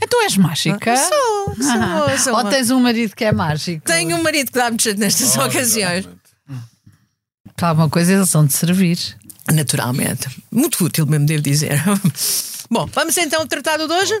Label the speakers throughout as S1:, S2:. S1: Então és mágica?
S2: Sou, sou,
S1: Ah,
S2: sou
S1: Ou
S2: uma-
S1: tens um marido que é mágico?
S2: Tenho um marido que dá-me jeito nestas ocasiões.
S1: Para alguma coisa eles são de servir.
S2: Naturalmente. Muito útil mesmo, devo dizer. Bom, vamos então ao tratado de hoje?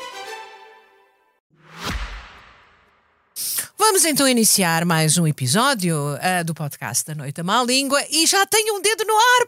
S2: Vamos então iniciar mais um episódio ah, do podcast da Noite à Má Língua e já tenho um dedo no ar,
S1: Ah,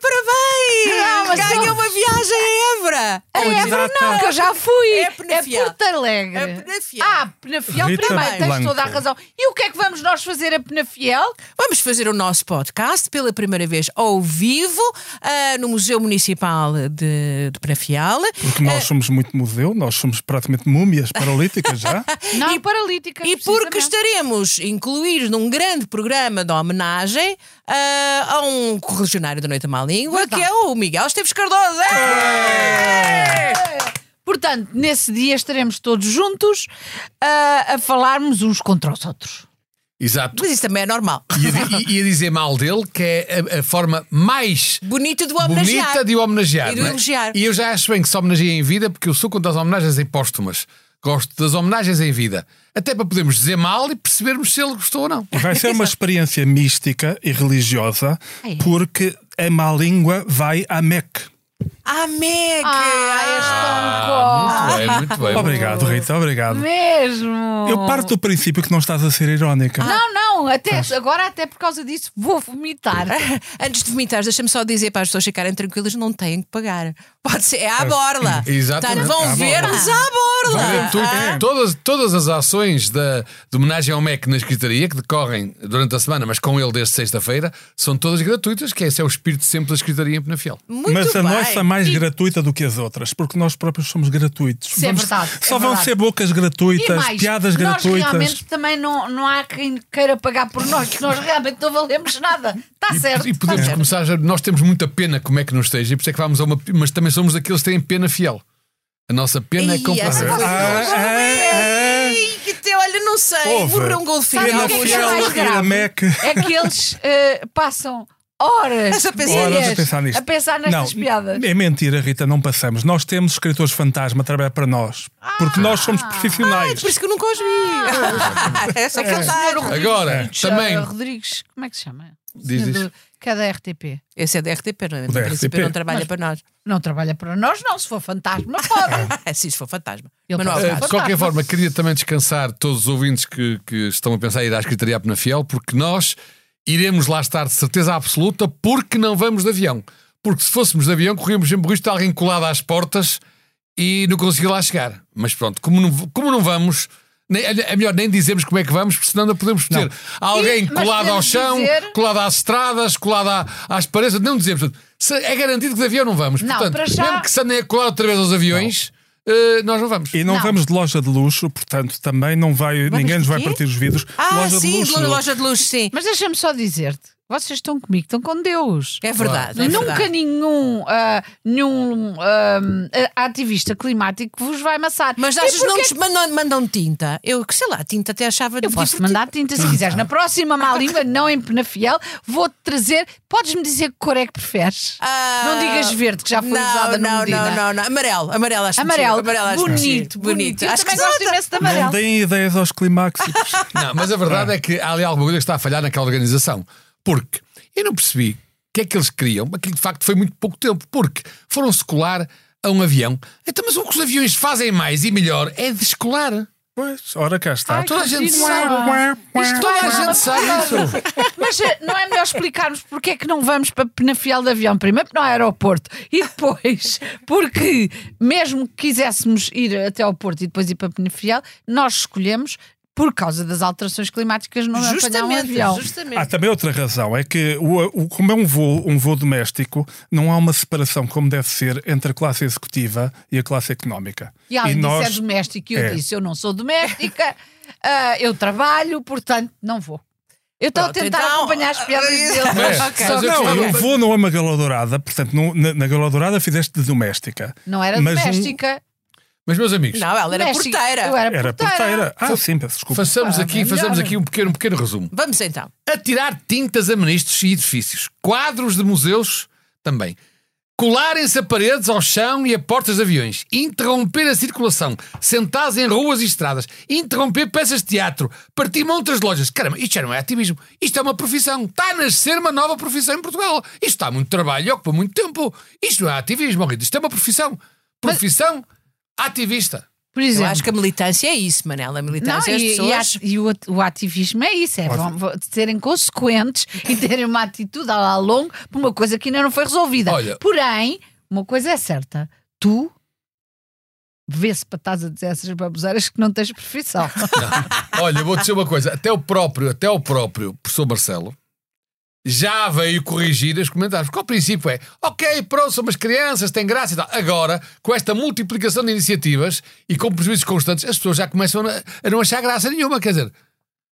S2: parabéns!
S1: mas
S2: Ganha
S1: não-
S2: uma viagem a Évora!
S1: A Évora não, que É, eu já fui.
S2: É Penafiel.
S1: É Porto Alegre.
S2: É Penafiel.
S1: Ah, Penafiel
S3: Rita
S1: primeiro. Tens
S3: Blanco.
S1: toda a razão. E o que é que vamos nós fazer a Penafiel?
S2: Vamos fazer o nosso podcast pela primeira vez ao vivo ah, no Museu Municipal de, de Penafiel.
S3: Porque
S1: É.
S3: nós somos muito museu, nós somos praticamente múmias paralíticas já.
S1: Não, e paralítica.
S2: E porque
S1: precisamente.
S2: estaremos incluídos num grande programa de homenagem ah, a um correligionário da Noite à Má Língua,
S1: Verdade.
S2: que é o Miguel Esteves Cardoso. É!
S1: Portanto, nesse dia estaremos todos juntos ah, a falarmos uns contra os outros.
S4: Exato.
S2: Mas isso também é normal.
S4: Ia, di- ia dizer mal dele, que é a, a forma mais
S2: Bonito de o homenagear.
S4: bonita de o homenagear.
S2: E de o
S4: não é?
S2: elogiar.
S4: E eu já acho bem que se homenageia em vida, porque eu sou contra as homenagens em póstumas. Gosto das homenagens em vida. Até para podermos dizer mal e percebermos se ele gostou ou não.
S3: Vai ser uma experiência mística e religiosa,
S1: Ai. é.
S3: porque a má língua vai à MEC.
S2: Ah, Meg!
S1: Ah,
S4: Muito bem, muito bem.
S3: Obrigado, Rita,
S1: és tão
S3: obrigado.
S1: bom. Mesmo.
S3: Eu parto do princípio que não estás a ser irónica.
S1: Não, não, até, agora até por causa disso vou vomitar.
S2: Antes de vomitares, deixa-me só dizer para as pessoas ficarem tranquilas: não têm que pagar. Pode ser, é à borla.
S4: Exatamente.
S2: Portanto, vão
S3: À
S2: ver-nos à borla. Ah,
S4: Olha, tu- todas, todas as ações da, de homenagem ao MEC na escritaria, que decorrem durante a semana, mas com ele desde sexta-feira, são todas gratuitas, que esse é o espírito sempre da escritaria em Penafiel.
S2: Muito
S3: Mas a
S2: bem.
S3: nossa é mais gratuita do que as outras, porque nós próprios somos gratuitos.
S1: Isso é verdade, é
S3: só vão
S1: verdade.
S3: ser bocas gratuitas,
S1: E mais,
S3: piadas
S1: nós
S3: gratuitas.
S1: realmente também não, não há quem queira pagar por nós, que nós realmente não valemos nada. Está certo.
S4: E, e podemos
S1: tá certo.
S4: começar, já- nós temos muita pena como é que nos esteja, e por isso é que vamos a uma. Mas também somos daqueles que têm pena fiel. A nossa pena
S2: Ih,
S4: é complacente.
S2: essa foi-
S3: Ah, é, é.
S2: Ih, que teu, olha, não sei.
S3: Houve.
S2: Morreu um golfinho.
S1: Sabe o que é que é mais
S3: Fiel, ir a
S1: grave?
S3: Mac.
S1: É que eles eh, passam horas,
S2: Mas a pensar
S1: dias
S3: horas a pensar nisto.
S1: a pensar nestas
S3: Não,
S1: piadas.
S3: É mentira, Rita, não passamos. Nós temos escritores fantasma a trabalhar para nós. Porque nós somos
S2: Ai,
S3: profissionais.
S2: Ah, é por isso que eu nunca os vi. Essa é que ele tá.
S4: Agora, também.
S1: Ah, Rodrigues, como é que se chama?
S4: Diz,
S1: Senhor
S4: diz.
S1: do- Que é da RTP.
S2: Esse é da RTP, não é?
S3: da
S2: No princípio
S3: RTP.
S2: não trabalha para nós.
S1: Não trabalha para nós, não. Se for fantasma, pode.
S2: Ah, se isso for fantasma.
S1: Ele
S2: Mas não é o
S1: pode-
S4: eh,
S2: caso.
S4: De qualquer forma, queria também descansar todos os ouvintes que, que estão a pensar em ir à Escritaria Penafiel, porque nós iremos lá estar de certeza absoluta, porque não vamos de avião. Porque se fôssemos de avião, corríamos sempre o risco de alguém colado às portas e não conseguir lá chegar. Mas pronto, como não, como não vamos. nem- olha, é melhor nem dizermos como é que vamos, porque senão não podemos ter alguém
S1: E- mas
S4: colado ao
S1: podemos
S4: chão,
S1: dizer-
S4: colado às estradas, colado à- às paredes. Não dizemos. Portanto, se- É garantido que de avião não vamos.
S1: Não,
S4: Portanto,
S1: para já-
S4: mesmo que se andem a colar outra vez aos aviões, eh, nós não vamos.
S3: E não,
S1: Não.
S3: vamos de loja de luxo, portanto, também não vai, ninguém nos
S2: de
S3: vai
S2: quê?
S3: partir os vidros.
S2: Ah,
S3: loja
S2: sim,
S3: de luxo.
S2: loja de luz, sim.
S1: Mas deixa-me só dizer-te: vocês estão comigo, estão com Deus.
S2: É verdade. é
S1: Nunca
S2: verdade.
S1: nenhum, ah, nenhum ah, ah, ativista climático vos vai amassar.
S2: Mas
S1: E
S2: achas que não
S1: porquê
S2: nos mandam, mandam tinta? Eu, que sei lá, tinta até achava tipo-
S1: Eu posso
S2: divertido.
S1: mandar tinta se quiseres. Na próxima má língua, não em Penafiel, vou-te trazer. Podes-me dizer que cor é que preferes?
S2: Ah,
S1: não digas verde, que já foi
S2: não,
S1: usada no
S2: não,
S1: Medina.
S2: não, não, não. Amarelo, amarelo acho
S1: Amarelo.
S2: giro, amarelo acho
S1: bonito,
S2: giro.
S1: bonito. Eu
S2: Acho que
S1: também gosto
S2: sim.
S1: imenso de
S3: Não
S1: amarelo.
S3: deem ideias aos climáxicos.
S4: Não, mas a verdade é que há ali alguma coisa que está a falhar naquela organização. Porque eu não percebi o que é que eles queriam, aquilo de facto foi muito pouco tempo, porque foram-se colar a um avião. Então, mas o que os aviões fazem mais e melhor é descolar.
S3: Pois, ora cá está.
S1: Ai,
S3: Toda a
S1: que
S3: gente
S1: giro.
S3: sabe.
S4: Isto toda a gente sabe isso.
S1: Mas eh, não é melhor explicarmos porque é que não vamos para Penafiel de avião? Primeiro, porque não há aeroporto. E depois, porque mesmo que quiséssemos ir até ao Porto e depois ir para Penafiel, nós escolhemos, por causa das alterações climáticas, não apanhar um
S2: Justamente,
S1: avião.
S2: justamente.
S3: Há também outra razão, é que o, o- como é um voo, um voo doméstico, não há uma separação como deve ser entre a classe executiva e a classe económica.
S1: E alguém
S3: nós-
S1: disse é doméstico e eu
S3: É.
S1: disse eu não sou doméstica, ah, eu trabalho, portanto não vou. Eu estou a
S2: Pronto,
S1: tentar
S2: então-
S1: acompanhar as piadas dele.
S4: Mas-
S1: Ok.
S4: mas eu-
S3: Não,
S4: Ok.
S3: eu vou não é uma gala dourada, portanto, não- na, na gala dourada fizeste de doméstica.
S1: Não era
S3: Mas um-
S1: doméstica.
S4: Mas, meus amigos,
S2: Não, ela era
S1: doméstica.
S2: porteira.
S1: Eu era,
S3: Era
S1: porteira.
S3: porteira. Ah, sim, peço desculpa.
S4: façamos,
S1: Ah,
S4: aqui,
S1: melhor.
S4: façamos aqui um pequeno, um pequeno resumo.
S2: Vamos então.
S4: Atirar tintas a ministros e edifícios, quadros de museus também. Colarem-se a paredes, ao chão e a portas de aviões. Interromper a circulação. Sentados em ruas e estradas. Interromper peças de teatro. Partir montas de lojas. Caramba, isto já não é ativismo. Isto é uma profissão. Está a nascer uma nova profissão em Portugal. Isto está muito trabalho e ocupa muito tempo. Isto não é ativismo, Rita. Isto é uma profissão. Profissão ativista.
S1: Por
S2: Eu
S1: exemplo.
S2: acho que a militância é isso, Manela. A
S1: Não,
S2: militância é as
S1: e, e
S2: pessoas.
S1: acho- e o, at- o ativismo é isso, é vão, vão serem consequentes e terem uma atitude ao ao longo por uma coisa que ainda não foi resolvida.
S4: Olha-
S1: Porém, uma coisa é certa: tu vê-se para estás a dizer essas baboseiras que não tens profissão.
S4: Olha, eu vou dizer uma coisa. Até o próprio, até o próprio professor Marcelo já veio corrigir os comentários. Porque ao princípio é, ok, pronto, são umas crianças, tem graça e tal. Agora, com esta multiplicação de iniciativas e com prejuízos constantes, as pessoas já começam a, a não achar graça nenhuma. Quer dizer,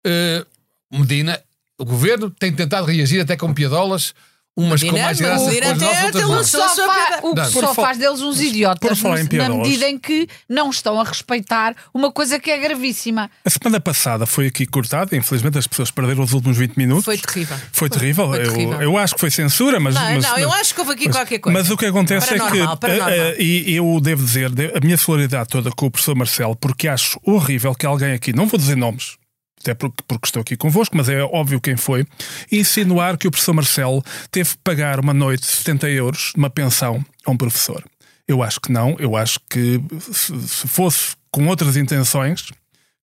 S4: eh, Medina, o governo tem tentado reagir até com piadolas, umas com
S2: Medina,
S4: mais
S2: mas
S4: graça,
S2: Medina
S4: outras
S2: até-
S4: não, outras
S2: até
S4: não.
S2: lançou-
S1: só
S2: Só
S1: fa-
S2: piada-
S1: o que
S4: Não.
S1: só
S3: Por fa-
S1: faz deles uns idiotas
S3: por falar em
S1: na- na
S3: piadas.
S1: medida em que não estão a respeitar uma coisa que é gravíssima.
S3: A semana passada foi aqui cortada, infelizmente as pessoas perderam os últimos 20 minutos.
S2: Foi terrível.
S3: Foi terrível.
S2: Foi terrível.
S3: Eu, eu acho que foi censura, mas.
S2: Não,
S3: mas-
S2: não, eu
S3: mas-
S2: acho que houve aqui
S3: mas-
S2: qualquer coisa.
S3: Mas o que acontece
S2: Paranormal,
S3: é que.
S2: paranormal.
S3: eh, eh, e eu devo dizer de- a minha solidariedade toda com o professor Marcelo, porque acho horrível que alguém aqui, não vou dizer nomes, até porque, porque estou aqui convosco, mas é óbvio quem foi, insinuar que o professor Marcelo teve que pagar uma noite de 70 euros de uma pensão a um professor. Eu acho que não, eu acho que se, se fosse com outras intenções,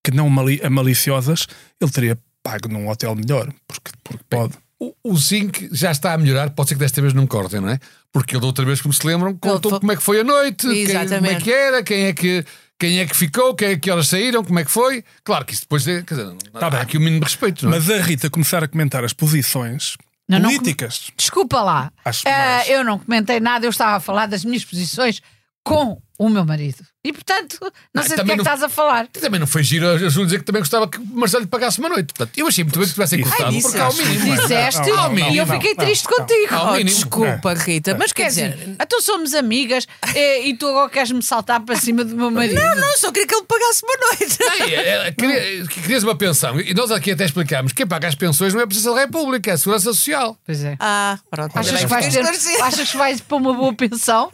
S3: que não mali- maliciosas, ele teria pago num hotel melhor, porque, porque pode.
S4: O, o zinc já está a melhorar, pode ser que desta vez não cortem, não é? Porque ele da outra vez, como se lembram, contou
S2: fa-
S4: como é que foi a noite, quem, como é
S2: Exatamente.
S4: que era, quem é que, quem é que ficou, quem é que horas saíram, como é que foi. Claro que isso depois é, quer dizer, há
S3: Tá bem.
S4: aqui o mínimo de respeito, não é?
S3: Mas a Rita começar a comentar as posições
S1: Não, não
S3: políticas.
S1: Desculpa lá.
S3: Acho
S1: Ah,
S3: mais.
S1: eu não comentei nada, eu estava a falar das minhas posições com o meu marido. E portanto, não
S4: Ah,
S1: sei do que é
S4: também
S1: que
S4: não-
S1: estás a falar.
S4: Também não foi giro a Júlio dizer que também gostava que o Marcelo lhe pagasse uma noite. Portanto, eu achei muito bem que tivessem
S3: Isso.
S4: cortado,
S2: Ai,
S4: porque
S2: disse,
S4: há o
S2: acho.
S4: mínimo.
S3: Disse.
S1: Disseste
S4: não, é? não,
S1: e eu
S4: não,
S1: fiquei
S3: não,
S1: triste
S3: não.
S1: contigo.
S4: Ao
S2: Oh,
S4: mínimo.
S2: desculpa,
S3: É.
S2: Rita, mas
S1: Quer
S2: quer dizer,
S1: dizer, então somos amigas eh, e tu agora queres-me saltar para cima do meu marido.
S2: não, só queria que ele pagasse uma noite.
S4: Ai, é, é, queria- que Querias uma pensão. E nós aqui até explicámos: quem paga as pensões não é a Presidência da República, é a Segurança Social.
S1: Pois é.
S2: Ah, pronto.
S1: Achas
S2: olha,
S1: que,
S2: bem,
S1: vais
S2: fiquei
S1: ter,
S2: esclarecida.
S1: achas que vais para uma boa pensão?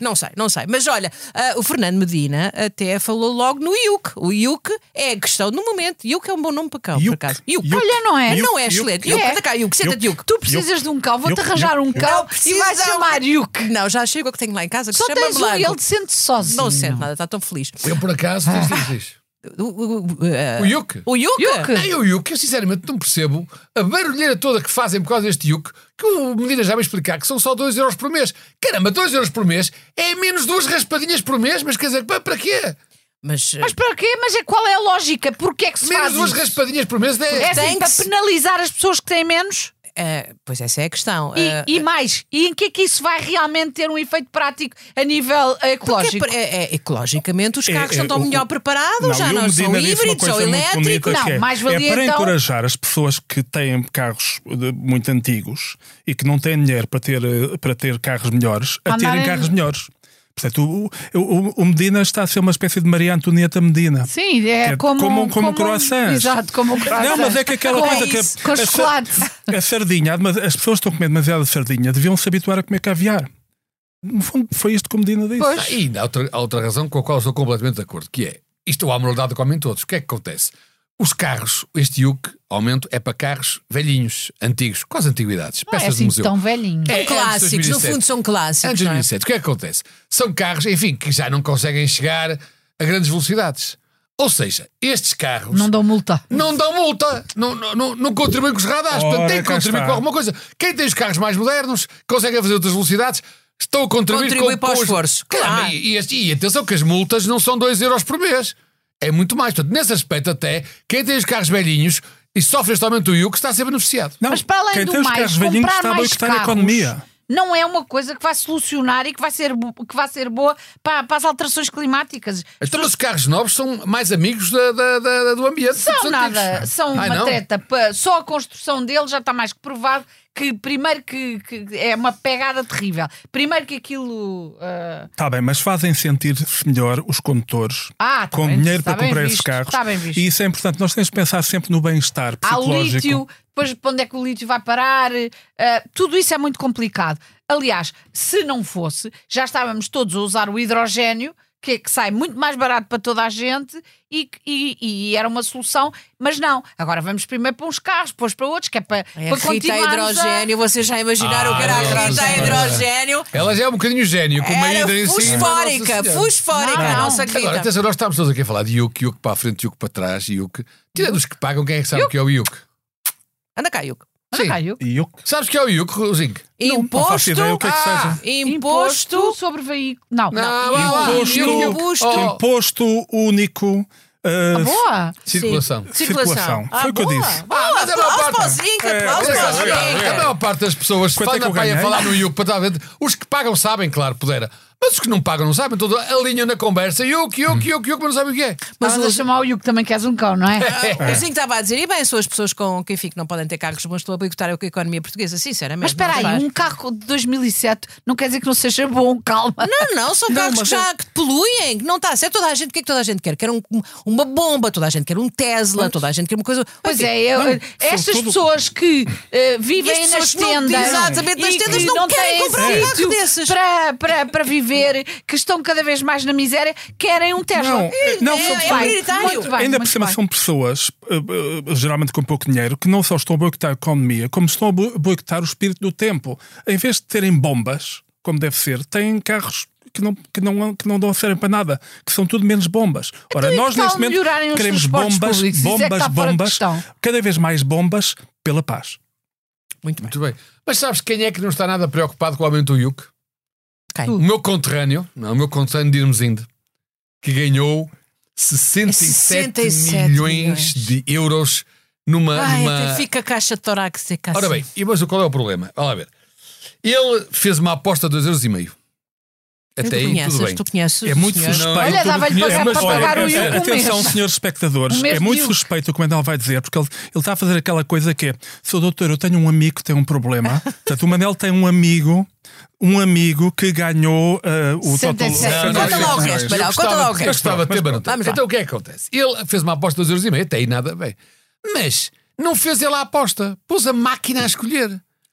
S2: Não sei, não sei. Mas olha, ah, o Fernando Medina até falou logo no IUC. O IUC é a questão no momento. IUC é um bom nome para cá, por
S3: Iuc.
S2: acaso. IUC.
S3: Iuc.
S1: Olha, não é?
S3: Iuc.
S2: Não é
S3: Iuc.
S2: excelente.
S3: Iuc.
S2: IUC, anda cá, IUC. Senta-te, IUC.
S1: Tu precisas de um cão, vou-te
S3: Iuc,
S1: arranjar
S3: iuc,
S1: um
S3: iuc.
S1: cão
S2: Não
S1: e vais
S2: precisam.
S1: chamar Yuke.
S2: Não, já chega o que tenho lá em casa, que
S1: Só
S2: se chama
S1: tens um
S2: Blanco.
S1: e ele assim. sente sozinho.
S2: Não sente nada, está tão feliz.
S4: Eu, por acaso, diz, diz, diz.
S2: O, o, o, ah,
S4: O IUC.
S2: o IUC?
S1: IUC.
S4: Ah, eu, Yuke, eu sinceramente não percebo a barulheira toda que fazem por causa deste Yuke, que o Medina já vai explicar que são só 2 euros por mês. Caramba, 2 euros por mês é menos duas raspadinhas por mês, mas quer dizer, pa- para quê?
S2: Mas, ah,
S1: Mas para quê? Mas é, qual é a lógica? Porquê é que se
S4: Menos
S1: faz
S4: duas
S1: isso?
S4: raspadinhas por mês
S1: É
S4: é.
S1: assim,
S2: Tem que
S1: para
S2: se-
S1: penalizar as pessoas que têm menos?
S2: ah, pois essa é a questão.
S1: E,
S2: Ah,
S1: e mais, e em que é que isso vai realmente ter um efeito prático a nível eh,
S2: Porque
S1: ecológico?
S2: é, é- é- ecologicamente os
S3: É,
S2: carros
S3: é,
S2: estão tão
S3: o-
S2: melhor preparados, já
S3: e o
S1: é
S2: não são
S3: Medina disse uma
S2: híbridos,
S3: coisa
S2: são
S3: muito bonita,
S2: elétricos.
S1: Não,
S3: que é,
S1: mais valia
S3: é para
S1: então-
S3: encorajar as pessoas que têm carros de- muito antigos e que não têm dinheiro para ter, eh, para ter carros melhores, a
S1: Andarem-
S3: terem carros melhores. Portanto, o, o- o- o Medina está a ser uma espécie de Maria Antonieta Medina.
S1: Sim, é
S3: Que-
S1: como,
S3: como- como croissants.
S1: Exato, como um croissant. É
S3: Não, mas é que aquela
S1: Com
S3: coisa
S1: isso,
S3: que
S1: Com chocolate.
S3: A sardinha, mas as pessoas estão a comer demasiada sardinha, deviam se habituar a comer caviar. No fundo, foi isto que o Medina disse.
S1: Pois.
S4: Ah, E ainda há outra, há outra razão com a qual eu estou completamente de acordo, que é isto há moralidade que homem todos. O que é que acontece? Os carros, este Yuke, aumento, é para carros velhinhos, antigos, quase antiguidades,
S1: Não é
S4: peças de
S1: assim
S4: museu.
S1: tão velhinho.
S4: É,
S2: São
S4: antes de
S2: clássicos, no
S4: 2007.
S2: fundo são
S4: Antes
S2: clássicos.
S4: Tipo de
S2: não é?
S4: 2007, o que é que acontece? São carros, enfim, que já não conseguem chegar a grandes velocidades. Ou seja, estes carros
S1: Não dão multa.
S4: não dão multa, não, não, não, não contribuem com os radares, portanto
S3: Ora,
S4: tem que
S3: cá
S4: contribuir
S3: está.
S4: com alguma coisa. Quem tem os carros mais modernos, consegue fazer outras velocidades, estão a contribuir
S2: Contribui
S4: com,
S2: para o
S4: com os-
S2: esforço, Ah. claro.
S4: E, e- e atenção que as multas não são 2 euros por mês, é muito mais. Portanto, nesse aspecto até, quem tem os carros velhinhos e sofre este aumento do IUC está a ser beneficiado.
S3: Não,
S1: Mas para além
S3: quem
S1: do
S3: tem os
S1: mais,
S3: carros velhinhos
S1: comprar
S3: está a
S1: mais
S3: boicotar a
S1: carros
S3: economia.
S1: Não é uma coisa que vai solucionar e que vai ser, bo- que vai ser boa para, para as alterações climáticas.
S4: Então, mas os carros novos são mais amigos da- da- da- do ambiente. do que
S1: São
S4: os
S1: nada,
S4: antigos.
S1: são
S4: Ai,
S1: uma
S4: não?
S1: treta. Pa- Só a construção dele já está mais que provado que primeiro que, que é uma pegada terrível. Primeiro que aquilo. ah,
S3: Está Tá bem, mas fazem sentir-se melhor os condutores
S1: Ah, tá
S3: com
S1: bem,
S3: dinheiro
S1: tá
S3: para
S1: bem
S3: comprar esses
S1: visto,
S3: carros.
S1: tá bem visto.
S3: E isso é importante. Nós temos de pensar sempre no bem-estar
S1: há
S3: psicológico.
S1: lítio, depois para onde é que o lítio vai parar? ah, tudo isso é muito complicado. Aliás, se não fosse, já estávamos todos a usar o hidrogênio, que, é que sai muito mais barato para toda a gente e, que- e- e era uma solução, mas não. Agora vamos primeiro para uns carros, depois para outros, que é para,
S2: É,
S1: para
S2: Rita
S1: continuarmos a-
S2: Hidrogênio, vocês já imaginaram o que era
S3: é
S4: Ah,
S2: a Rita
S4: hidrogênio.
S2: Hidrogênio?
S4: Ela já é um bocadinho gênio, com uma
S2: Era
S4: ida em cima.
S2: fosfórica,
S4: Nossa Senhora.
S2: fosfórica,
S1: Não,
S2: a
S1: não.
S2: nossa
S4: Agora,
S2: Rita.
S4: atenção, nós estamos todos aqui a falar de Yuke, Yuke para a frente, Yuke para trás, Yuke. Tirando os que pagam, quem é que sabe o que é o Yuke?
S2: Anda cá, Yuko.
S1: Anda
S4: Sim.
S1: cá, Hugo.
S3: E eu
S4: Sabes o que é o Yuke, Rosinho?
S2: Imposto,
S3: não faço ideia o que é que
S2: Ah, imposto,
S1: Imposto sobre veículo. Não, não.
S4: vá lá,
S3: Imposto.
S4: Yuke,
S2: Imposto.
S4: Oh,
S3: Imposto único. ah,
S1: Boa!
S4: Circulação.
S3: Circulação. Foi o que eu
S2: boa,
S3: disse.
S2: Boa,
S4: Ah, mas é uma
S2: aplausos
S4: parte.
S2: para o Zinca,
S3: É,
S2: aplausos para o
S4: Obrigado,
S2: Zinca.
S4: obrigado. A maior parte das pessoas
S3: Quanto é que
S4: fala
S3: eu
S4: para a
S3: ganhei?
S4: falar no Yuke para trás, os que pagam sabem, claro, pudera. Mas os que não pagam não sabem, todos alinham na conversa, Yuke, Yuke, Yuke, Yuke, mas não sabem o que é.
S1: Mas a chamar o Hugo também queres um cão, não é?
S2: Ah, O Zinco estava a dizer, e bem, são as pessoas com quem fico não podem ter carros bons, estou a boicotar a economia portuguesa, sinceramente.
S1: Mas espera
S2: não faz.
S1: aí, um carro de 2007 não quer dizer que não seja bom, calma.
S2: Não, não, são carros que
S3: mas
S2: já que poluem, que não está certo. Toda a gente, o que é que toda a gente quer? Quer um- uma bomba, toda a gente quer um Tesla, toda a gente quer uma coisa.
S1: Pois é, eu-
S3: Não,
S1: estas
S3: sobretudo-
S1: pessoas que eh, vivem
S2: Estas
S1: nas
S2: pessoas que não-
S1: tendas,
S2: exatamente, nas
S1: e que
S2: tendas não querem
S1: têm
S2: comprar um carro
S1: sítio
S2: desses.
S1: para, para, para viver, que estão cada vez mais na miséria, querem um Tesla.
S3: Não, eh, não,
S1: muito
S3: são
S1: bem,
S3: pessoas-
S2: prioritário.
S1: muito bem,
S3: Ainda por
S1: muito
S3: cima
S1: bem.
S3: são pessoas, eh, eh, geralmente com pouco dinheiro, que não só estão a boicotar a economia, como estão a boi- boicotar o espírito do tempo. Em vez de terem bombas, como deve ser, têm carros que não, que não, que não dão a serem para nada, que são tudo menos bombas. Ora,
S1: Então, e
S3: nós
S1: que tal
S3: neste momento
S1: melhorarem os
S3: queremos
S1: transportes
S3: bombas,
S1: públicos? Isso é que
S3: bombas,
S1: está fora de
S3: bombas,
S1: questão.
S3: cada vez mais bombas pela paz.
S2: Muito bem.
S4: Muito bem. Mas sabes quem é que não está nada preocupado com o aumento do Yuke?
S2: Quem?
S4: O meu conterrâneo, não, o meu conterrâneo de Irmesinde, que ganhou 67,
S2: 67
S4: milhões,
S2: milhões.
S4: de euros numa.
S2: Ai,
S4: numa-
S2: até fica a caixa de torácica seca.
S4: Ora
S2: assim.
S4: bem, e mas qual é o problema? Olha lá ver. Ele fez uma aposta de 2,5€.
S2: Tu
S4: Até aí,
S2: conheces,
S4: tudo bem.
S2: tu conheces.
S3: É muito
S2: senhor.
S3: suspeito.
S1: Olha,
S3: tudo
S1: dava-lhe
S3: que
S1: para
S3: é,
S1: pagar-
S3: mas
S1: para
S3: olha,
S1: pagar o Yuke um
S3: Atenção,
S1: mês.
S3: senhores
S1: Um
S3: espectadores,
S1: mês
S3: é muito
S1: de Yuke.
S3: suspeito o que o Manel vai dizer, porque ele, ele está a fazer aquela coisa que é: sou doutor, eu tenho um amigo que tem um problema. Portanto, o Manel tem um amigo. Um amigo que ganhou ah, o total.
S1: 67. Não, não,
S2: Conta lá o resto,
S4: Eu
S2: Balhau, conta lá o
S4: gostava- Eu
S2: resto.
S4: gostava de ter, mas não tenho.
S2: Vamos lá.
S4: Então o que é que acontece? Ele fez uma aposta de 2,5€, até aí nada bem. Mas não fez ele a aposta, pôs a máquina a escolher.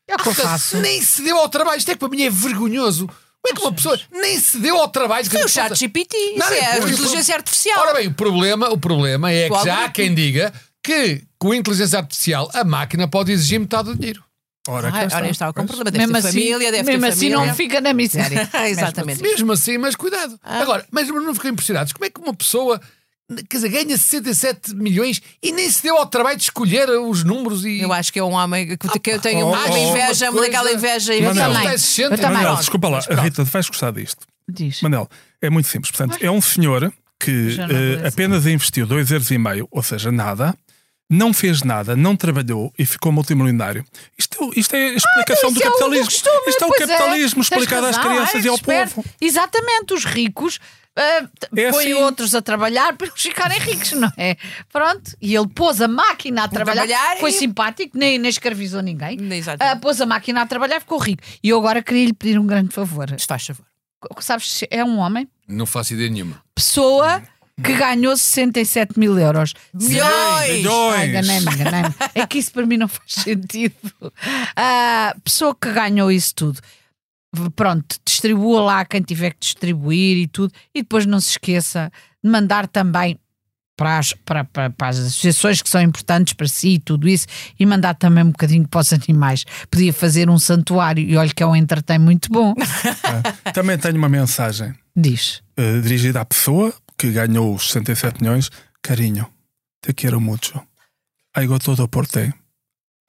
S1: É o que eu faço.
S4: Nem se deu ao trabalho. Isto é que para mim é vergonhoso. Como é que uma pessoa nem se deu ao trabalho?
S2: Foi o chat GPT, isso
S4: Nada,
S2: é a
S4: pois,
S2: inteligência
S4: pois.
S2: artificial.
S4: Ora bem, o problema, o problema é
S2: O
S4: que já há
S2: algoritmo.
S4: quem diga que com a inteligência artificial a máquina pode exigir metade do dinheiro.
S1: é
S3: Ora, é cá
S2: Ai,
S3: está.
S2: Ora, estava com problema, deve
S1: Mesmo
S2: ter
S1: assim,
S2: família, deve ter
S1: mesmo assim
S2: família.
S1: não fica na miséria.
S2: Exatamente.
S4: Mesmo assim, mas cuidado.
S2: Ah.
S4: Agora, mas não ficam impressionados. Como é que uma pessoa quer dizer, ganha 67 milhões e nem se deu ao trabalho de escolher os números e.
S2: Eu acho que é um homem que, que eu tenho
S3: oh,
S2: uma
S3: oh,
S2: inveja, uma
S4: coisa.
S2: legal inveja. e-
S4: Mas
S3: Manel.
S4: não, está exigente,
S1: Eu também.
S4: Manel.
S3: Manel,
S2: Pronto,
S3: desculpa lá,
S2: mas pronto.
S3: Rita, vais gostar disto.
S1: Então Diz.
S3: Manel, é muito simples. Portanto, é um senhor que
S1: Já não
S3: eh,
S1: parece.
S3: apenas investiu 2,5 euros, e meio, ou seja, nada, não fez nada, não trabalhou e ficou multimilionário. Isto, é- isto é a explicação
S1: Isso
S3: do
S1: é o
S3: capitalismo.
S1: costume,
S3: isto é o
S1: pois
S3: capitalismo
S1: Tens
S3: explicado às
S1: razão,
S3: crianças
S1: é,
S3: e ao
S1: esperto.
S3: povo.
S1: Exatamente, os ricos ah, t-
S3: É
S1: põem
S3: assim.
S1: outros a trabalhar para eles ficarem ricos, não é? Pronto, e ele pôs a máquina a trabalhar,
S2: trabalhar
S1: foi
S2: e-
S1: simpático, nem, nem escravizou ninguém.
S2: Exatamente.
S1: Ah, pôs a máquina a trabalhar, ficou rico. E eu agora queria lhe pedir um grande favor.
S2: Se faz favor.
S1: Co- Sabes, se é um homem,
S4: Não faço ideia nenhuma.
S1: pessoa
S3: Hum.
S1: que ganhou 67 mil euros.
S2: Milhões!
S1: Ai, enganei-me, enganei-me. É que isso para mim não faz sentido. A pessoa que ganhou isso tudo, v- pronto, distribua lá quem tiver que distribuir e tudo, e depois não se esqueça de mandar também para as, para, para, para as associações que são importantes para si e tudo isso, e mandar também um bocadinho para os animais. Podia fazer um santuário, e olha que é um entretém muito bom.
S3: Também tenho uma mensagem
S1: Diz.
S3: eh, dirigida à pessoa que ganhou os 67 milhões, Cariño, te quiero mucho. Hago todo por ti.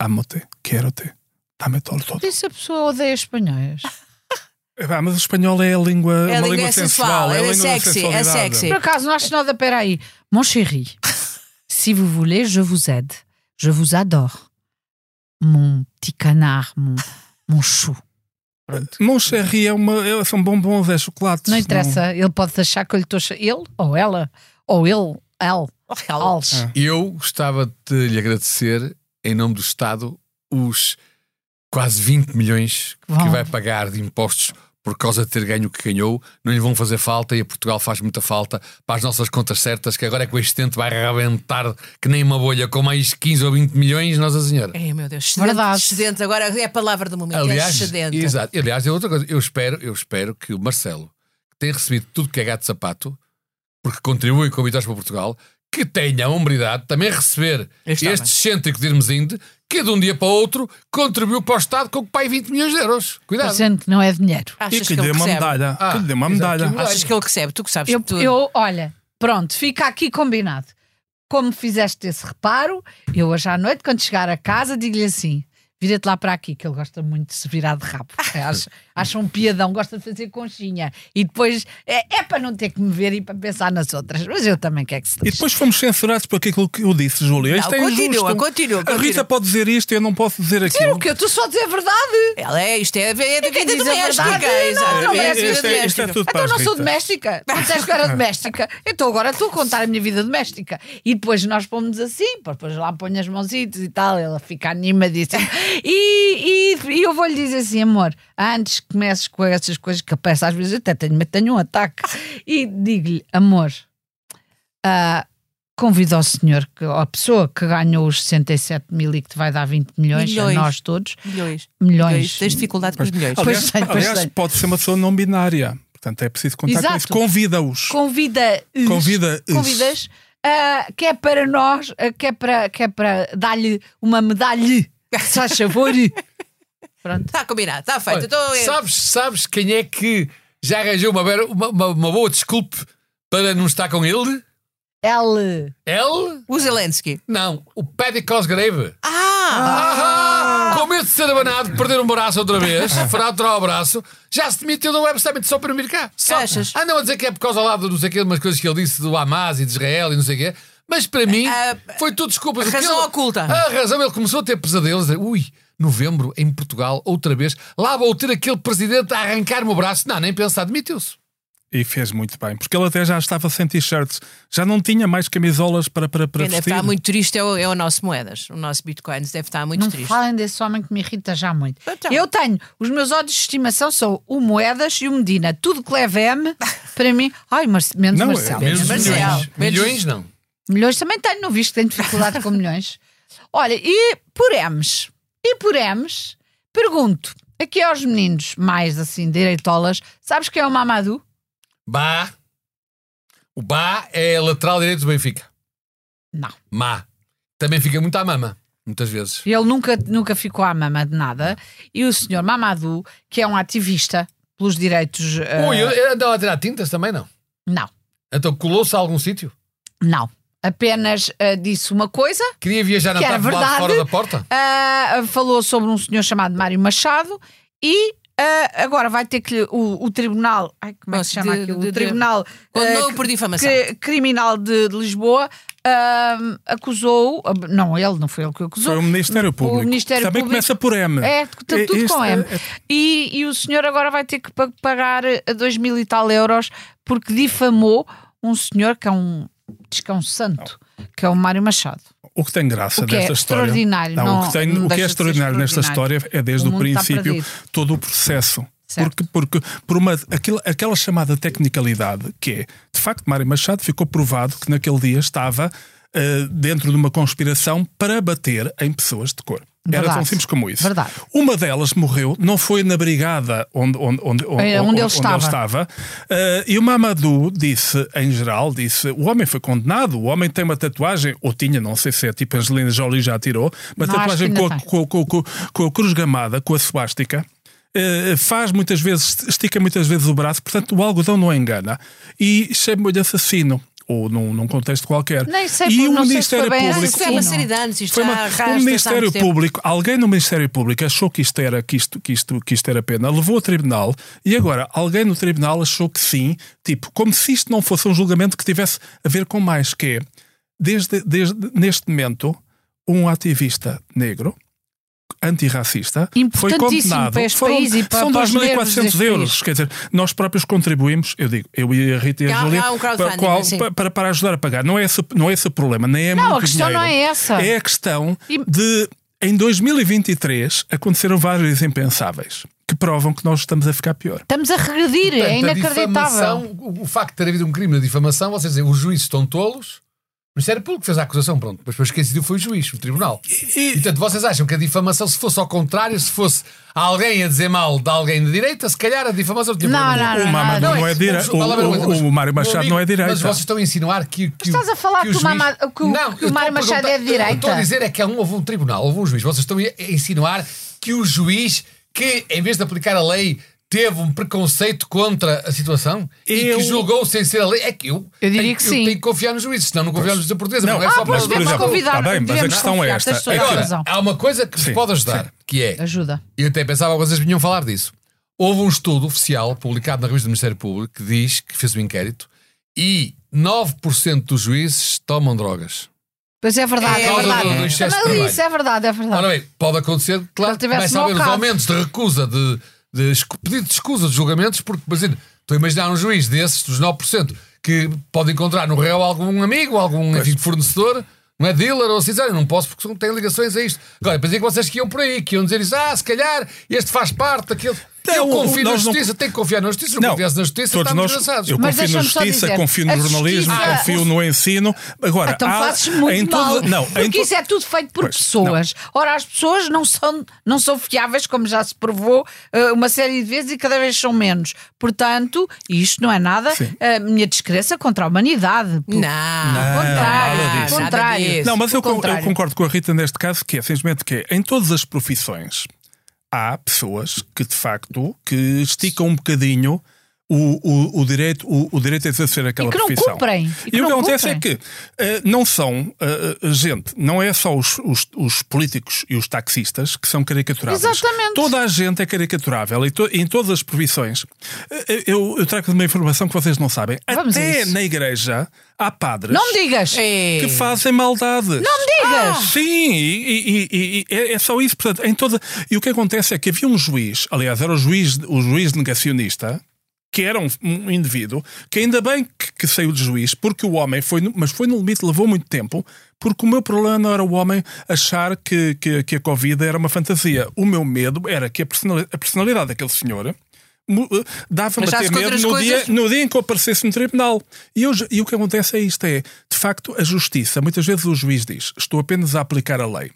S3: Amo-te, quero-te. Dá-me todo, todo.
S1: Por isso a pessoa odeia espanhóis.
S3: Eh, pá, mas o espanhol é a língua,
S2: É a
S3: uma língua,
S2: língua sensual,
S3: sensual, é a
S2: é
S3: língua da
S2: sexy, é
S3: sensualidade.
S2: sexy.
S1: Por acaso, não acho nada. Peraí. Mon chéri, si vous voulez, je vous aide. Je vous adore. Mon petit canard, mon, mon chou.
S3: Mon chéri é uma, é- são bombons, é chocolates.
S1: Não é? interessa. Ele pode achar que eu lhe estou... a- Ele ou ela. Ou ele, ela. Ah. Eles.
S4: Eu gostava de lhe agradecer, em nome do Estado, os quase 20 milhões que
S1: Vão.
S4: vai pagar de impostos por causa de ter ganho o que ganhou. Não lhe vão fazer falta e a Portugal faz muita falta para as nossas contas certas, que agora é que o excedente vai arrebentar que nem uma bolha com mais 15 ou 20 milhões, Nossa Senhora.
S2: É, meu Deus, excedente,
S1: Verdade.
S2: excedente. Agora é a palavra do momento, é
S4: Aliás,
S2: excedente.
S4: exato. Aliás, é outra coisa. Eu espero, eu espero que o Marcelo, que tem recebido tudo que é gato de sapato, porque contribui com habitantes para Portugal, que tenha a hombridade de também receber
S2: Este
S4: este,
S2: homem.
S4: excêntrico de Irmesinde, que de um dia para o outro contribuiu para o Estado com pai 20 milhões de euros. Cuidado.
S1: Dizendo que não é dinheiro.
S3: E
S2: Achas
S3: que
S2: que,
S3: lhe dê
S2: ele
S3: uma
S2: recebe?
S3: medalha.
S4: Ah,
S3: que lhe dê uma
S4: exato,
S3: medalha.
S4: que medalha.
S2: Achas que ele recebe? Tu que sabes
S1: Eu,
S2: de tudo.
S1: eu, olha, pronto, fica aqui combinado. Como fizeste esse reparo, eu hoje à noite, quando chegar a casa, digo-lhe assim: vira-te lá para aqui, que ele gosta muito de se virar de rabo. Acha, acha um piadão, gosta de fazer conchinha. E depois é, é para não ter que me ver e para pensar nas outras. Mas eu também quero que se
S3: E
S1: deixe.
S3: depois fomos censurados por aquilo que eu disse, Júlia. Isto
S2: Não,
S3: é
S2: continua,
S3: injusto.
S2: continua,
S3: A Rita
S2: continua.
S3: pode dizer isto e eu não posso dizer
S1: Dizer
S3: aquilo.
S1: o que eu estou só a dizer a verdade.
S2: Ela é, isto é, é da
S1: quem
S2: vida
S1: diz a verdade?
S2: doméstica.
S1: Não,
S2: exatamente,
S1: não, mas
S2: vida
S1: isto
S3: é- isto é
S2: doméstica.
S3: tudo para
S1: Então
S3: as
S1: não sou
S3: Rita.
S1: doméstica. Não disseste que era doméstica. Então agora estou a contar a minha vida doméstica. E depois nós pomos assim, pô, depois lá põe as mãozitas e tal, ela fica animadíssima. E, e, e eu vou-lhe dizer assim, amor, antes que comeces com essas coisas que eu peço, às vezes eu até tenho, mas tenho um ataque. E digo-lhe, amor, ah, convido ao senhor, que, a pessoa que ganhou os 67 mil e que te vai dar 20 milhões,
S2: Milhões.
S1: a nós todos,
S2: Milhões.
S1: Milhões.
S2: Tens dificuldade com os milhões.
S1: Pois
S3: Aliás,
S1: tenho, pois
S3: aliás,
S1: tenho.
S3: pode ser uma pessoa não binária. Portanto, é preciso contar
S1: Exato.
S3: com isso. Convida-os.
S1: convida
S3: Convida-os.
S1: convidas ah, que é para nós ah, que é para que é para dar-lhe uma medalha se faz favor pronto
S2: Está tá combinado, está feito.
S4: Olha,
S2: Então, é-
S4: sabes, sabes quem é que já arranjou uma, vera- uma- uma- uma boa desculpa para não estar com ele?
S1: L
S4: Ele?
S2: O Zelensky.
S4: Não, o Paddy Cosgrave.
S2: Ah!
S4: Ahá! Com medo de ser abanado, perder um braço outra vez, fraturar o braço, já se demitiu do Web Summit só para vir cá. Só.
S2: Achas?
S4: Andam a dizer que é por causa lá de não sei quê, de umas coisas que ele disse do Hamas e de Israel e não sei o quê. Mas para mim,
S2: Ah,
S4: foi tudo desculpa.
S2: razão oculta.
S4: A razão, ele começou a ter pesadelos. a dizer, Ui, novembro, em Portugal, outra vez, lá vou ter aquele presidente a arrancar-me o braço. Não, nem pensar, demitiu-se.
S3: E fez muito bem, porque ele até já estava sem t-shirts, já não tinha mais camisolas para, para, para
S2: Quem deve
S3: vestir.
S2: estar muito triste é o, é o nosso moedas. O nosso Bitcoin deve estar muito
S1: não
S2: triste.
S1: falem desse homem que me irrita já muito
S2: Então.
S1: eu tenho os meus ódios de estimação são o Moedas e o Medina tudo que leva M para mim ai Mar menos
S3: Não, é
S1: Marcelo
S3: menos
S1: Marcelo.
S4: milhões.
S2: Menos-
S4: Milhões, não.
S1: Milhões também tenho, não visto que tenho dificuldade com milhões. Olha, e por M's, e por M's, pergunto aqui aos meninos mais assim direitolas, sabes quem é o Mamadou?
S4: Bá. O Bá é lateral direito do Benfica.
S1: Não.
S4: Má. Também fica muito à mama, muitas vezes.
S1: Ele nunca, nunca ficou à mama de nada. E o senhor Mamadou, que é um ativista pelos direitos. eh,
S4: Ui, eu- eu andava a tirar tintas também, não?
S1: Não,
S4: Então colou-se a algum sítio?
S1: não. Apenas eh, disse uma coisa,
S4: Queria viajar na
S1: Que era
S4: tarde do lado de
S1: verdade.
S4: fora da porta?
S1: Ah, falou sobre um senhor chamado Mário Machado e ah, agora vai ter que lhe- o, o tribunal, ai, como é que se
S2: Nossa,
S1: chama
S2: de-
S1: aquilo?
S2: de-
S1: o
S2: de-
S1: tribunal
S2: Condenou-o
S1: ah,
S2: por difamação.
S1: cri- criminal de, de Lisboa ah, acusou, ah, não ele, não foi ele que o acusou.
S3: Foi o Ministério Público.
S1: Ministério
S3: Também
S1: Público-
S3: começa por M.
S1: É, tudo, tudo
S3: Isto
S1: com
S3: é-
S1: M.
S3: é-
S1: E, e o senhor agora vai ter que pa- pagar ah, dois mil e tal euros porque difamou um senhor que é um, diz que é um santo, que é o Mário Machado.
S3: O que tem graça
S1: O que é
S3: nesta história.
S1: extraordinário,
S3: Não, o
S1: não-
S3: que, tem-
S1: não
S3: o que
S1: deixa
S3: é
S1: de ser
S3: extraordinário nesta
S1: extraordinário.
S3: história é desde
S1: O
S3: o,
S1: mundo está
S3: princípio
S1: perdido.
S3: todo o processo.
S1: Certo.
S3: Porque, porque por uma, aquilo- aquela chamada tecnicalidade que é, de facto, Mário Machado ficou provado que naquele dia estava eh, dentro de uma conspiração para bater em pessoas de cor. Era
S1: Verdade.
S3: tão simples como isso.
S1: Verdade.
S3: Uma delas morreu, não foi na brigada onde, onde, onde, onde,
S1: É, onde ele estava.
S3: estava. Eh, e o Mamadou disse, em geral, disse: o homem foi condenado, o homem tem uma tatuagem, ou tinha, não sei se é tipo Angelina Jolie já tirou, uma
S1: Não, acho que
S3: tatuagem
S1: ainda
S3: com
S1: tem.
S3: a, com, com- com- com a cruz gamada, com a suástica. eh, faz muitas vezes, estica muitas vezes o braço, portanto o algodão não engana. E chama-lhe assassino. ou num, num contexto qualquer.
S1: Nem sei
S3: e
S1: por-
S3: o
S1: não sei se foi
S3: Ministério
S1: bem
S3: Público.
S2: Isso é uma série de anos, isto
S3: Foi um uma-
S2: já arrasta
S3: o
S2: há
S3: Ministério
S2: muito tempo.
S3: Público, alguém no Ministério Público achou que isto era que isto, que isto, que isto era pena, levou ao tribunal e agora alguém no tribunal achou que sim, tipo, como se isto não fosse um julgamento que tivesse a ver com mais que é, desde, desde neste momento um ativista negro antirracista foi
S1: Importantíssimo
S3: condenado
S1: para este país e para-
S3: são
S1: para os nervos
S3: 2.400
S1: deste
S3: euros
S1: país.
S3: quer dizer nós próprios contribuímos eu digo eu e a Rita e a
S2: Há-
S3: Julia
S2: há um crowdfunding,
S3: para, qual-
S2: sim.
S3: pa- para, para ajudar a pagar não é esse, não é esse o problema nem é
S1: Não, a
S3: muito
S1: questão
S3: dinheiro.
S1: não é essa.
S3: é a questão
S1: E-
S3: de em 2023 aconteceram vários impensáveis que provam que nós estamos a ficar pior
S1: Estamos a regredir, é
S4: Portanto, a
S1: inacreditável.
S4: difamação, O, o facto de ter havido um crime de difamação, vocês dizem, os juízes estão tolos, o Ministério Público fez a acusação, pronto. Mas depois quem decidiu foi o juiz, o tribunal. E, portanto, vocês acham que a difamação, se fosse ao contrário, se fosse alguém a dizer mal de alguém de direita, se calhar a difamação tinha
S1: Não,
S4: problema
S1: não,
S4: nenhum.
S3: o Mamá
S1: nada.
S3: não, é direita o,
S4: Palavra-
S3: o, o, o Mário
S4: Meu
S3: Machado
S4: amigo,
S3: não é direita
S4: Mas vocês estão a insinuar que. que
S1: Estás a falar
S4: que o
S1: que o
S4: juiz-
S1: Mama- que o-
S4: Não,
S1: que o
S4: eu
S1: Mário
S4: estou a
S1: Machado
S4: perguntar-
S1: é de direita.
S4: Eu estou a dizer é que há um- houve um tribunal, houve um juiz. Vocês estão a insinuar que o juiz que, em vez de aplicar a lei, teve um preconceito contra a situação e
S3: Eu-
S4: que julgou sem ser a lei. É que eu,
S1: Eu diria
S4: é
S1: que
S4: eu
S1: sim.
S4: tenho que confiar nos juízes, senão não confiamos nos juízes da portuguesa. Não, é
S1: Ah,
S4: só
S1: pois,
S4: para
S1: devemos
S3: exemplo,
S1: convidar.
S3: está bem, mas a
S1: devemos
S3: questão é
S1: convidar,
S3: esta.
S1: tens toda a
S3: Agora,
S1: razão.
S4: Agora, há uma coisa que
S3: Sim,
S4: vos pode ajudar,
S3: é sim.
S4: que é
S1: Ajuda.
S4: eu até pensava que vocês vinham falar disso. Houve um estudo oficial publicado na revista do Ministério Público que diz que fez um inquérito e 9% dos juízes tomam drogas.
S1: Pois é verdade,
S2: É
S1: é,
S2: a causa
S1: verdade.
S2: do- do excesso
S1: Mas
S4: de trabalho.
S1: isso é verdade, é verdade.
S4: Ora bem, pode acontecer, claro,
S1: Se ele tivesse
S4: vai saber os
S1: mau cabo.
S4: aumentos de recusa, de, de escu- pedido de escusa de julgamentos, porque, imagina, estou a imaginar um juiz desses, dos 9%, que pode encontrar no réu algum amigo, algum enfim, fornecedor, não é dealer ou assim, diz, "Olha, não posso porque não tenho ligações a isto. Agora, pensei que vocês que iam por aí, que iam dizer isso, ah, se calhar este faz parte daquele.
S3: Não,
S4: eu confio na
S3: um, nós não-
S4: justiça, tenho que confiar na justiça, se não, confiasse na justiça,
S3: todos
S4: estamos
S3: nós,
S4: desgraçados.
S3: Eu
S1: Mas
S3: confio na
S1: deixa-me só
S3: justiça,
S1: dizer,
S3: confio no
S1: a
S3: jornalismo,
S1: justiça-
S3: confio no ensino. Agora,
S1: Então
S3: há-
S1: fazes muito
S3: Ah, em
S1: mal.
S3: todo- não, em
S1: porque
S3: to-
S1: isso é tudo feito por
S3: Pois,
S1: pessoas. Ora, as pessoas não são, não são fiáveis, como já se provou eh, uma série de vezes e cada vez são menos. Portanto, isto não é nada
S3: Sim.
S1: a minha descrença contra a humanidade.
S2: Não,
S1: contrário,
S3: nada disso.
S1: contrário.
S3: Não, mas
S1: o
S3: eu, con- eu
S1: contrário.
S3: concordo com a Rita neste caso, que é simplesmente que é, em todas as profissões há pessoas que de facto que esticam um bocadinho o, o, o direito o, o direito a exercer aquela
S1: E que não
S3: profissão.
S1: cumprem, e
S3: E,
S1: que
S3: o que
S1: não
S3: acontece é
S1: cumprem.
S3: que eh, não são eh, eh, gente, não é só os, os, os políticos e os taxistas que são caricaturáveis.
S1: Exatamente.
S3: Toda a gente é caricaturável e to- em todas as profissões. Eh, Eu, eu trago uma informação que vocês não sabem.
S1: Vamos a
S3: Até
S1: isso.
S3: na igreja há padres
S1: Não me digas!
S3: que fazem maldades.
S1: Não me digas!
S3: Sim, e, e- e- e é, é só isso. Portanto, em toda... E o que acontece é que havia um juiz, aliás, era o juiz, o juiz negacionista, que era um, um indivíduo, que ainda bem que, que saiu de juiz, porque o homem foi, no- mas foi no limite, levou muito tempo, porque o meu problema não era o homem achar que, que, que a Covid era uma fantasia. O meu medo era que a personali- a personalidade daquele senhor mu- eh, dava-me
S2: Mas
S3: a
S2: já se
S3: ter medo
S2: contra
S3: no
S2: as
S3: dia,
S2: coisas-
S3: no dia em que eu aparecesse no tribunal. E, eu ju- e o que acontece é isto: é, de facto, a justiça. Muitas vezes o juiz diz, estou apenas a aplicar a lei,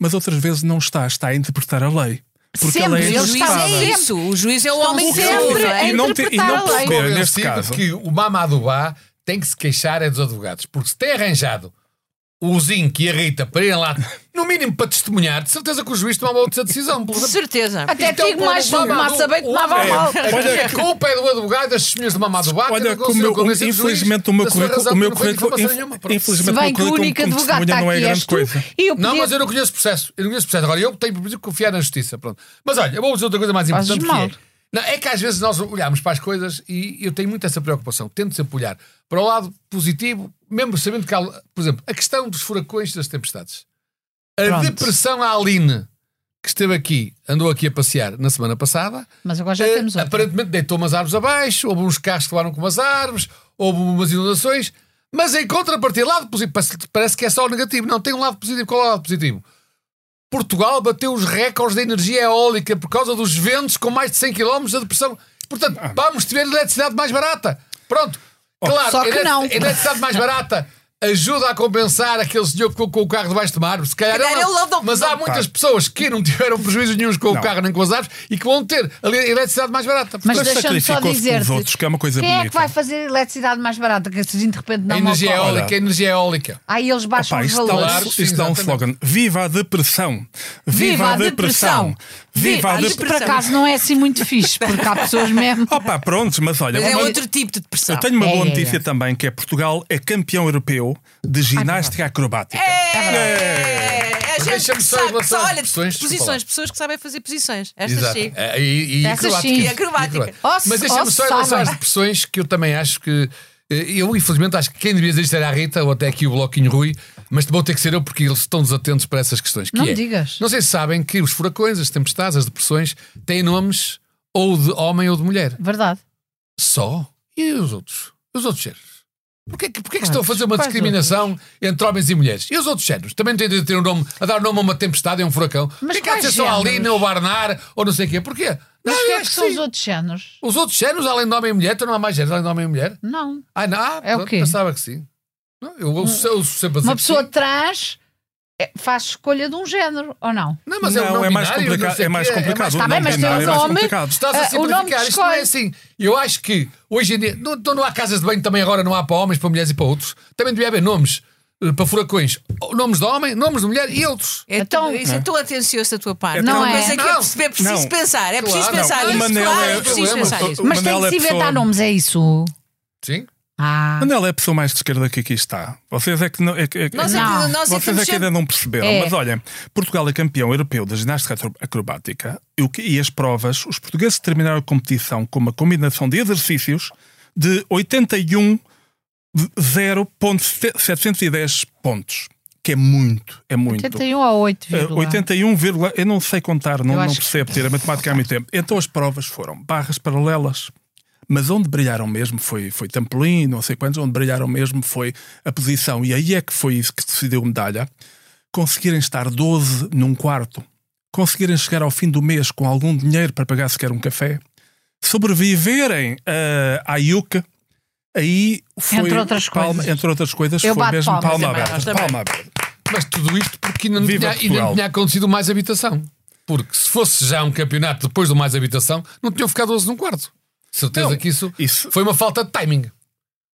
S3: mas outras vezes não está, está a interpretar a lei. Porque a
S1: Sempre,
S3: lei é
S2: O
S1: eles
S2: juiz
S1: estavam
S2: é
S3: interpretável.
S1: sempre.
S2: isso. O juiz é o
S1: Estão
S2: homem que
S1: sempre
S2: ouve, não é?
S1: a
S3: E não, te- e
S1: interpretar a
S3: não
S1: lei.
S3: perceber, neste
S4: Convencido
S3: caso.
S4: que o Mamadubá tem que se queixar é dos advogados, porque se tem arranjado o Zinco e a Rita para irem lá, no mínimo para testemunhar, de certeza que o juiz tomava outra decisão. Por
S2: De
S4: exemplo.
S2: certeza.
S1: Até
S4: Então,
S1: digo mais,
S4: o
S1: se não
S4: Mamadou-
S1: tomasse bem,
S4: o-
S1: tomava
S4: é,
S1: mal.
S4: Olha, a culpa é do advogado das senhores de Mamadubá. que
S3: Olha,
S4: não
S3: como
S4: conseguiu
S3: eu,
S4: convencer o juiz
S3: infelizmente o meu
S4: da sua
S3: currículo,
S4: razão,
S3: o meu
S4: porque não foi
S3: currículo,
S4: informação
S3: inf-
S4: nenhuma. Pronto.
S1: Se
S3: infelizmente o
S1: bem
S3: meu
S1: que o
S3: currículo
S1: único
S3: como
S1: advogado
S3: testemunha
S1: está
S3: não é
S1: aqui és
S3: grande
S1: tu.
S3: coisa.
S1: E eu
S4: Não,
S1: podia-
S4: mas eu não conheço o processo. Eu não conheço o processo. Agora, eu tenho por exemplo, que confiar na justiça. Pronto. Mas olha, eu vou dizer outra coisa mais
S1: Fazes
S4: importante.
S1: mal.
S4: Que é, não, é que às vezes nós olhamos para as coisas e eu tenho muito essa preocupação. Tento sempre olhar para o lado positivo, mesmo sabendo que há, por exemplo, a questão dos furacões e das tempestades. A
S1: Pronto.
S4: depressão à Aline, que esteve aqui, andou aqui a passear na semana passada,
S1: Mas agora já
S4: eh,
S1: temos outra.
S4: aparentemente deitou umas árvores abaixo, houve uns carros que levaram com umas árvores, houve umas inundações, mas em contrapartida, lado positivo, parece- parece que é só o negativo. Não, tem um lado positivo. Qual é o lado positivo? Portugal bateu os recordes de energia eólica por causa dos ventos com mais de 100 km da depressão. Portanto, vamos ter eletricidade mais barata. Pronto. Claro,
S1: Só que
S4: elet-
S1: não.
S4: eletricidade mais barata ajuda a compensar aquele senhor que ficou com o carro debaixo de uma árvore. Se calhar,
S2: calhar
S4: ele não-
S2: ele não- não-
S4: Mas há
S2: não-
S4: muitas pessoas que não tiveram prejuízos nenhum com
S3: Não.
S4: o carro nem com as árvores e que vão ter a le- eletricidade mais barata.
S1: Mas
S3: Mas
S1: deixa-me só
S3: sacrificou-se pelos
S1: dizer-te.
S3: outros, que é uma coisa
S1: quem é que
S3: bonita.
S1: vai fazer eletricidade mais barata? Que assim de repente não
S4: a energia
S1: ocorre.
S4: eólica, a energia eólica.
S1: Aí eles baixam
S3: Opa,
S1: os
S3: isto dá, um-
S1: valores.
S4: Claro,
S3: isto
S4: sim,
S3: dá um
S4: exatamente.
S3: slogan. Viva a depressão! Viva, a depressão! Viva a
S2: Viva
S1: Por
S2: a
S3: depressão!
S2: depressão.
S1: acaso não é assim muito fixe, porque há pessoas mesmo.
S3: Opa, prontos, mas olha,
S2: Mas é
S3: vamos-
S2: outro tipo de depressão.
S3: eu tenho uma
S1: É,
S3: boa
S1: é,
S3: notícia
S1: é.
S3: também, que é Portugal é campeão europeu de ginástica acrobática.
S4: É,
S2: É, a gente
S4: deixa-me
S2: que
S4: só em
S2: sabe,
S4: relação às
S2: olha,
S4: posições,
S2: posições,
S4: desculpa lá.
S2: pessoas que sabem fazer posições. Estas
S4: Exato.
S2: sim.
S4: É, E, e
S1: Essas
S4: acrobática.
S1: sim. E
S2: acrobática.
S1: Oh,
S4: Mas
S1: oh,
S4: deixa-me só em relação
S1: sabem.
S4: às depressões, que eu também acho que. eh, Eu, infelizmente, acho que quem devia dizer isto era a Rita ou até aqui o Bloquinho Rui, mas vou ter que ser eu porque eles estão desatentos para essas questões. que
S1: Não
S4: é,
S1: digas.
S4: Não sei se sabem que os furacões, as tempestades, as depressões têm nomes ou de homem ou de mulher.
S1: Verdade.
S4: Só. E os outros? E Os outros géneros? Porquê, que- porquê que
S1: Quais?
S4: estão a fazer uma
S1: Quais
S4: discriminação entre homens e mulheres? E os outros géneros? Também têm de ter um nome, a dar nome a uma tempestade e a um furacão.
S1: Mas
S4: Porquê que há de ser
S1: quais
S4: só a Alina
S1: géneros?
S4: ou Barnar ou não sei o quê? Porquê?
S1: Mas
S4: Não,
S1: o que
S4: eu
S1: é que
S4: acho
S1: são
S4: sim.
S1: os outros géneros?
S4: Os outros géneros, além de homem e mulher, então não há mais géneros além de homem e mulher?
S1: Não.
S4: Ah, não? Ah,
S1: É o
S4: pronto,
S1: quê?
S4: Pensava que sim. Não, eu ouço, eu ouço sempre a dizer
S1: Uma
S4: que
S1: pessoa
S4: sim.
S1: trans é, faz escolha de um género, ou não?
S4: Não, mas é, um
S3: Não,
S4: não
S3: é mais
S4: binário, não
S3: complicado.
S4: sei
S3: É
S4: o
S3: mais
S4: quê,
S3: complicado.
S4: mais
S3: o
S1: Tá
S3: não
S1: bem, mas
S3: binário
S1: tens
S3: é mais
S1: um homem-
S3: complicado.
S4: Estás a
S1: Ah, o nome
S4: simplificar,
S1: que
S4: isto não é
S1: escolhe.
S4: assim. Eu acho que hoje em dia não, então não há casas de banho também agora, não há para homens, para mulheres e para outros. Também devia haver nomes eh, para furacões, nomes de homem, nomes de mulher e outros.
S2: É
S1: Então-
S2: tão- isso é tão atencioso da tua parte.
S1: Não
S2: é uma
S1: é?
S2: coisa que é
S4: Não.
S2: preciso, é preciso
S3: Não.
S2: pensar. É preciso
S4: Claro, não.
S2: pensar
S4: O
S2: isso.
S4: Manel
S2: claro,
S4: é-
S2: é preciso
S4: problema.
S2: pensar isso.
S3: O
S1: Mas tem
S3: Manel
S1: que se
S3: é pessoa-
S1: inventar nomes, é isso?
S4: Sim?
S1: Ah.
S3: Manel é a pessoa mais de esquerda que aqui está. Vocês é que não, é, que- é, que-
S2: Nós é que-
S1: Não.
S2: nós é que
S3: vocês é
S2: estamos
S3: que ainda
S2: sempre-
S3: não perceberam.
S1: É.
S3: Mas olha, Portugal é campeão europeu da ginástica acro- acrobática e, o que- e as provas, os portugueses terminaram a competição com uma combinação de exercícios de 81 0.710 pontos, que é muito, é muito.
S1: 81 a 8,
S3: Eh, 81, vírgula- eu não sei contar, não,
S1: Eu
S3: não
S1: acho que-
S3: percebo ter a matemática há muito tempo. Então as provas foram barras paralelas. Mas onde brilharam mesmo foi, foi trampolim, não sei quantos, onde brilharam mesmo foi a posição. E aí é que foi isso que decidiu medalha. Conseguirem estar 12 num quarto, conseguirem chegar ao fim do mês com algum dinheiro para pagar sequer um café, sobreviverem eh, à IUC, aí foi.
S1: Entre outras
S3: palma-
S1: coisas.
S3: entre outras coisas,
S1: Eu
S3: foi
S1: bato
S3: mesmo
S1: palmas
S3: palma
S1: também,
S3: aberta.
S2: nós também.
S3: Palma aberta.
S4: Mas tudo isto porque ainda não,
S3: Viva
S4: tinha, ainda
S3: Portugal.
S4: não tinha acontecido mais habitação. Porque se fosse já um campeonato depois do mais habitação, não tinham ficado 12 num quarto. Certeza
S3: Não,
S4: que isso,
S3: isso-
S4: foi uma falta de timing.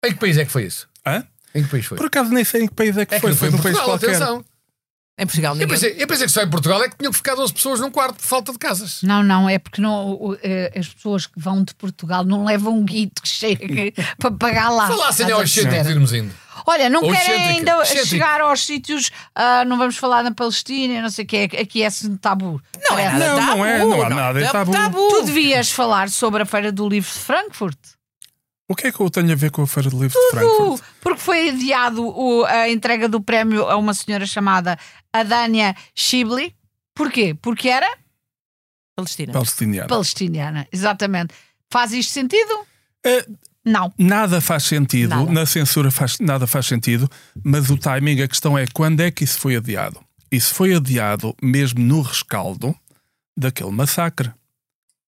S4: Em que país é que foi isso?
S3: Hã?
S4: Em que país foi?
S3: Por acaso nem sei em que país é que
S4: é que
S3: foi.
S4: não foi
S3: num
S4: em
S3: país
S4: Portugal,
S3: qualquer.
S4: atenção.
S2: Em Portugal,
S4: Eu
S2: ninguém.
S4: pensei, eu pensei que só em Portugal é que tinham que ficar 12 pessoas num quarto por falta de casas.
S1: Não, não, é porque não, o- o- eh, as pessoas que vão de Portugal não levam um guito que chegue para pagar lá.
S4: Falassem
S1: Estás a
S4: aos centros
S1: perceber?
S4: um de irmos indo.
S1: Olha, não
S4: Ou
S1: querem
S4: assim, é excêntrica,
S1: ainda
S4: excêntrica.
S1: chegar aos sítios, ah, não vamos falar na Palestina, e não sei o que, aqui é assim tabu.
S2: Não é nada Tá
S3: Não, não
S2: tabu,
S3: é, não há nada, é tabu.
S1: Tu devias falar sobre a Feira do Livro de Frankfurt.
S3: O que é que eu tenho a ver com a Feira do Livro de
S1: Tudo!
S3: Frankfurt?
S1: Porque foi adiado o- a entrega do prémio a uma senhora chamada Adania Shibli. Porquê? Porque era
S2: Palestina.
S3: Palestiniana.
S1: palestiniana. Exatamente. Faz isto sentido?
S3: Eh,
S1: Não.
S3: nada faz sentido,
S1: Nada.
S3: na censura faz, nada faz sentido, mas o timing, a questão é quando é que isso foi adiado? Isso foi adiado mesmo no rescaldo daquele massacre.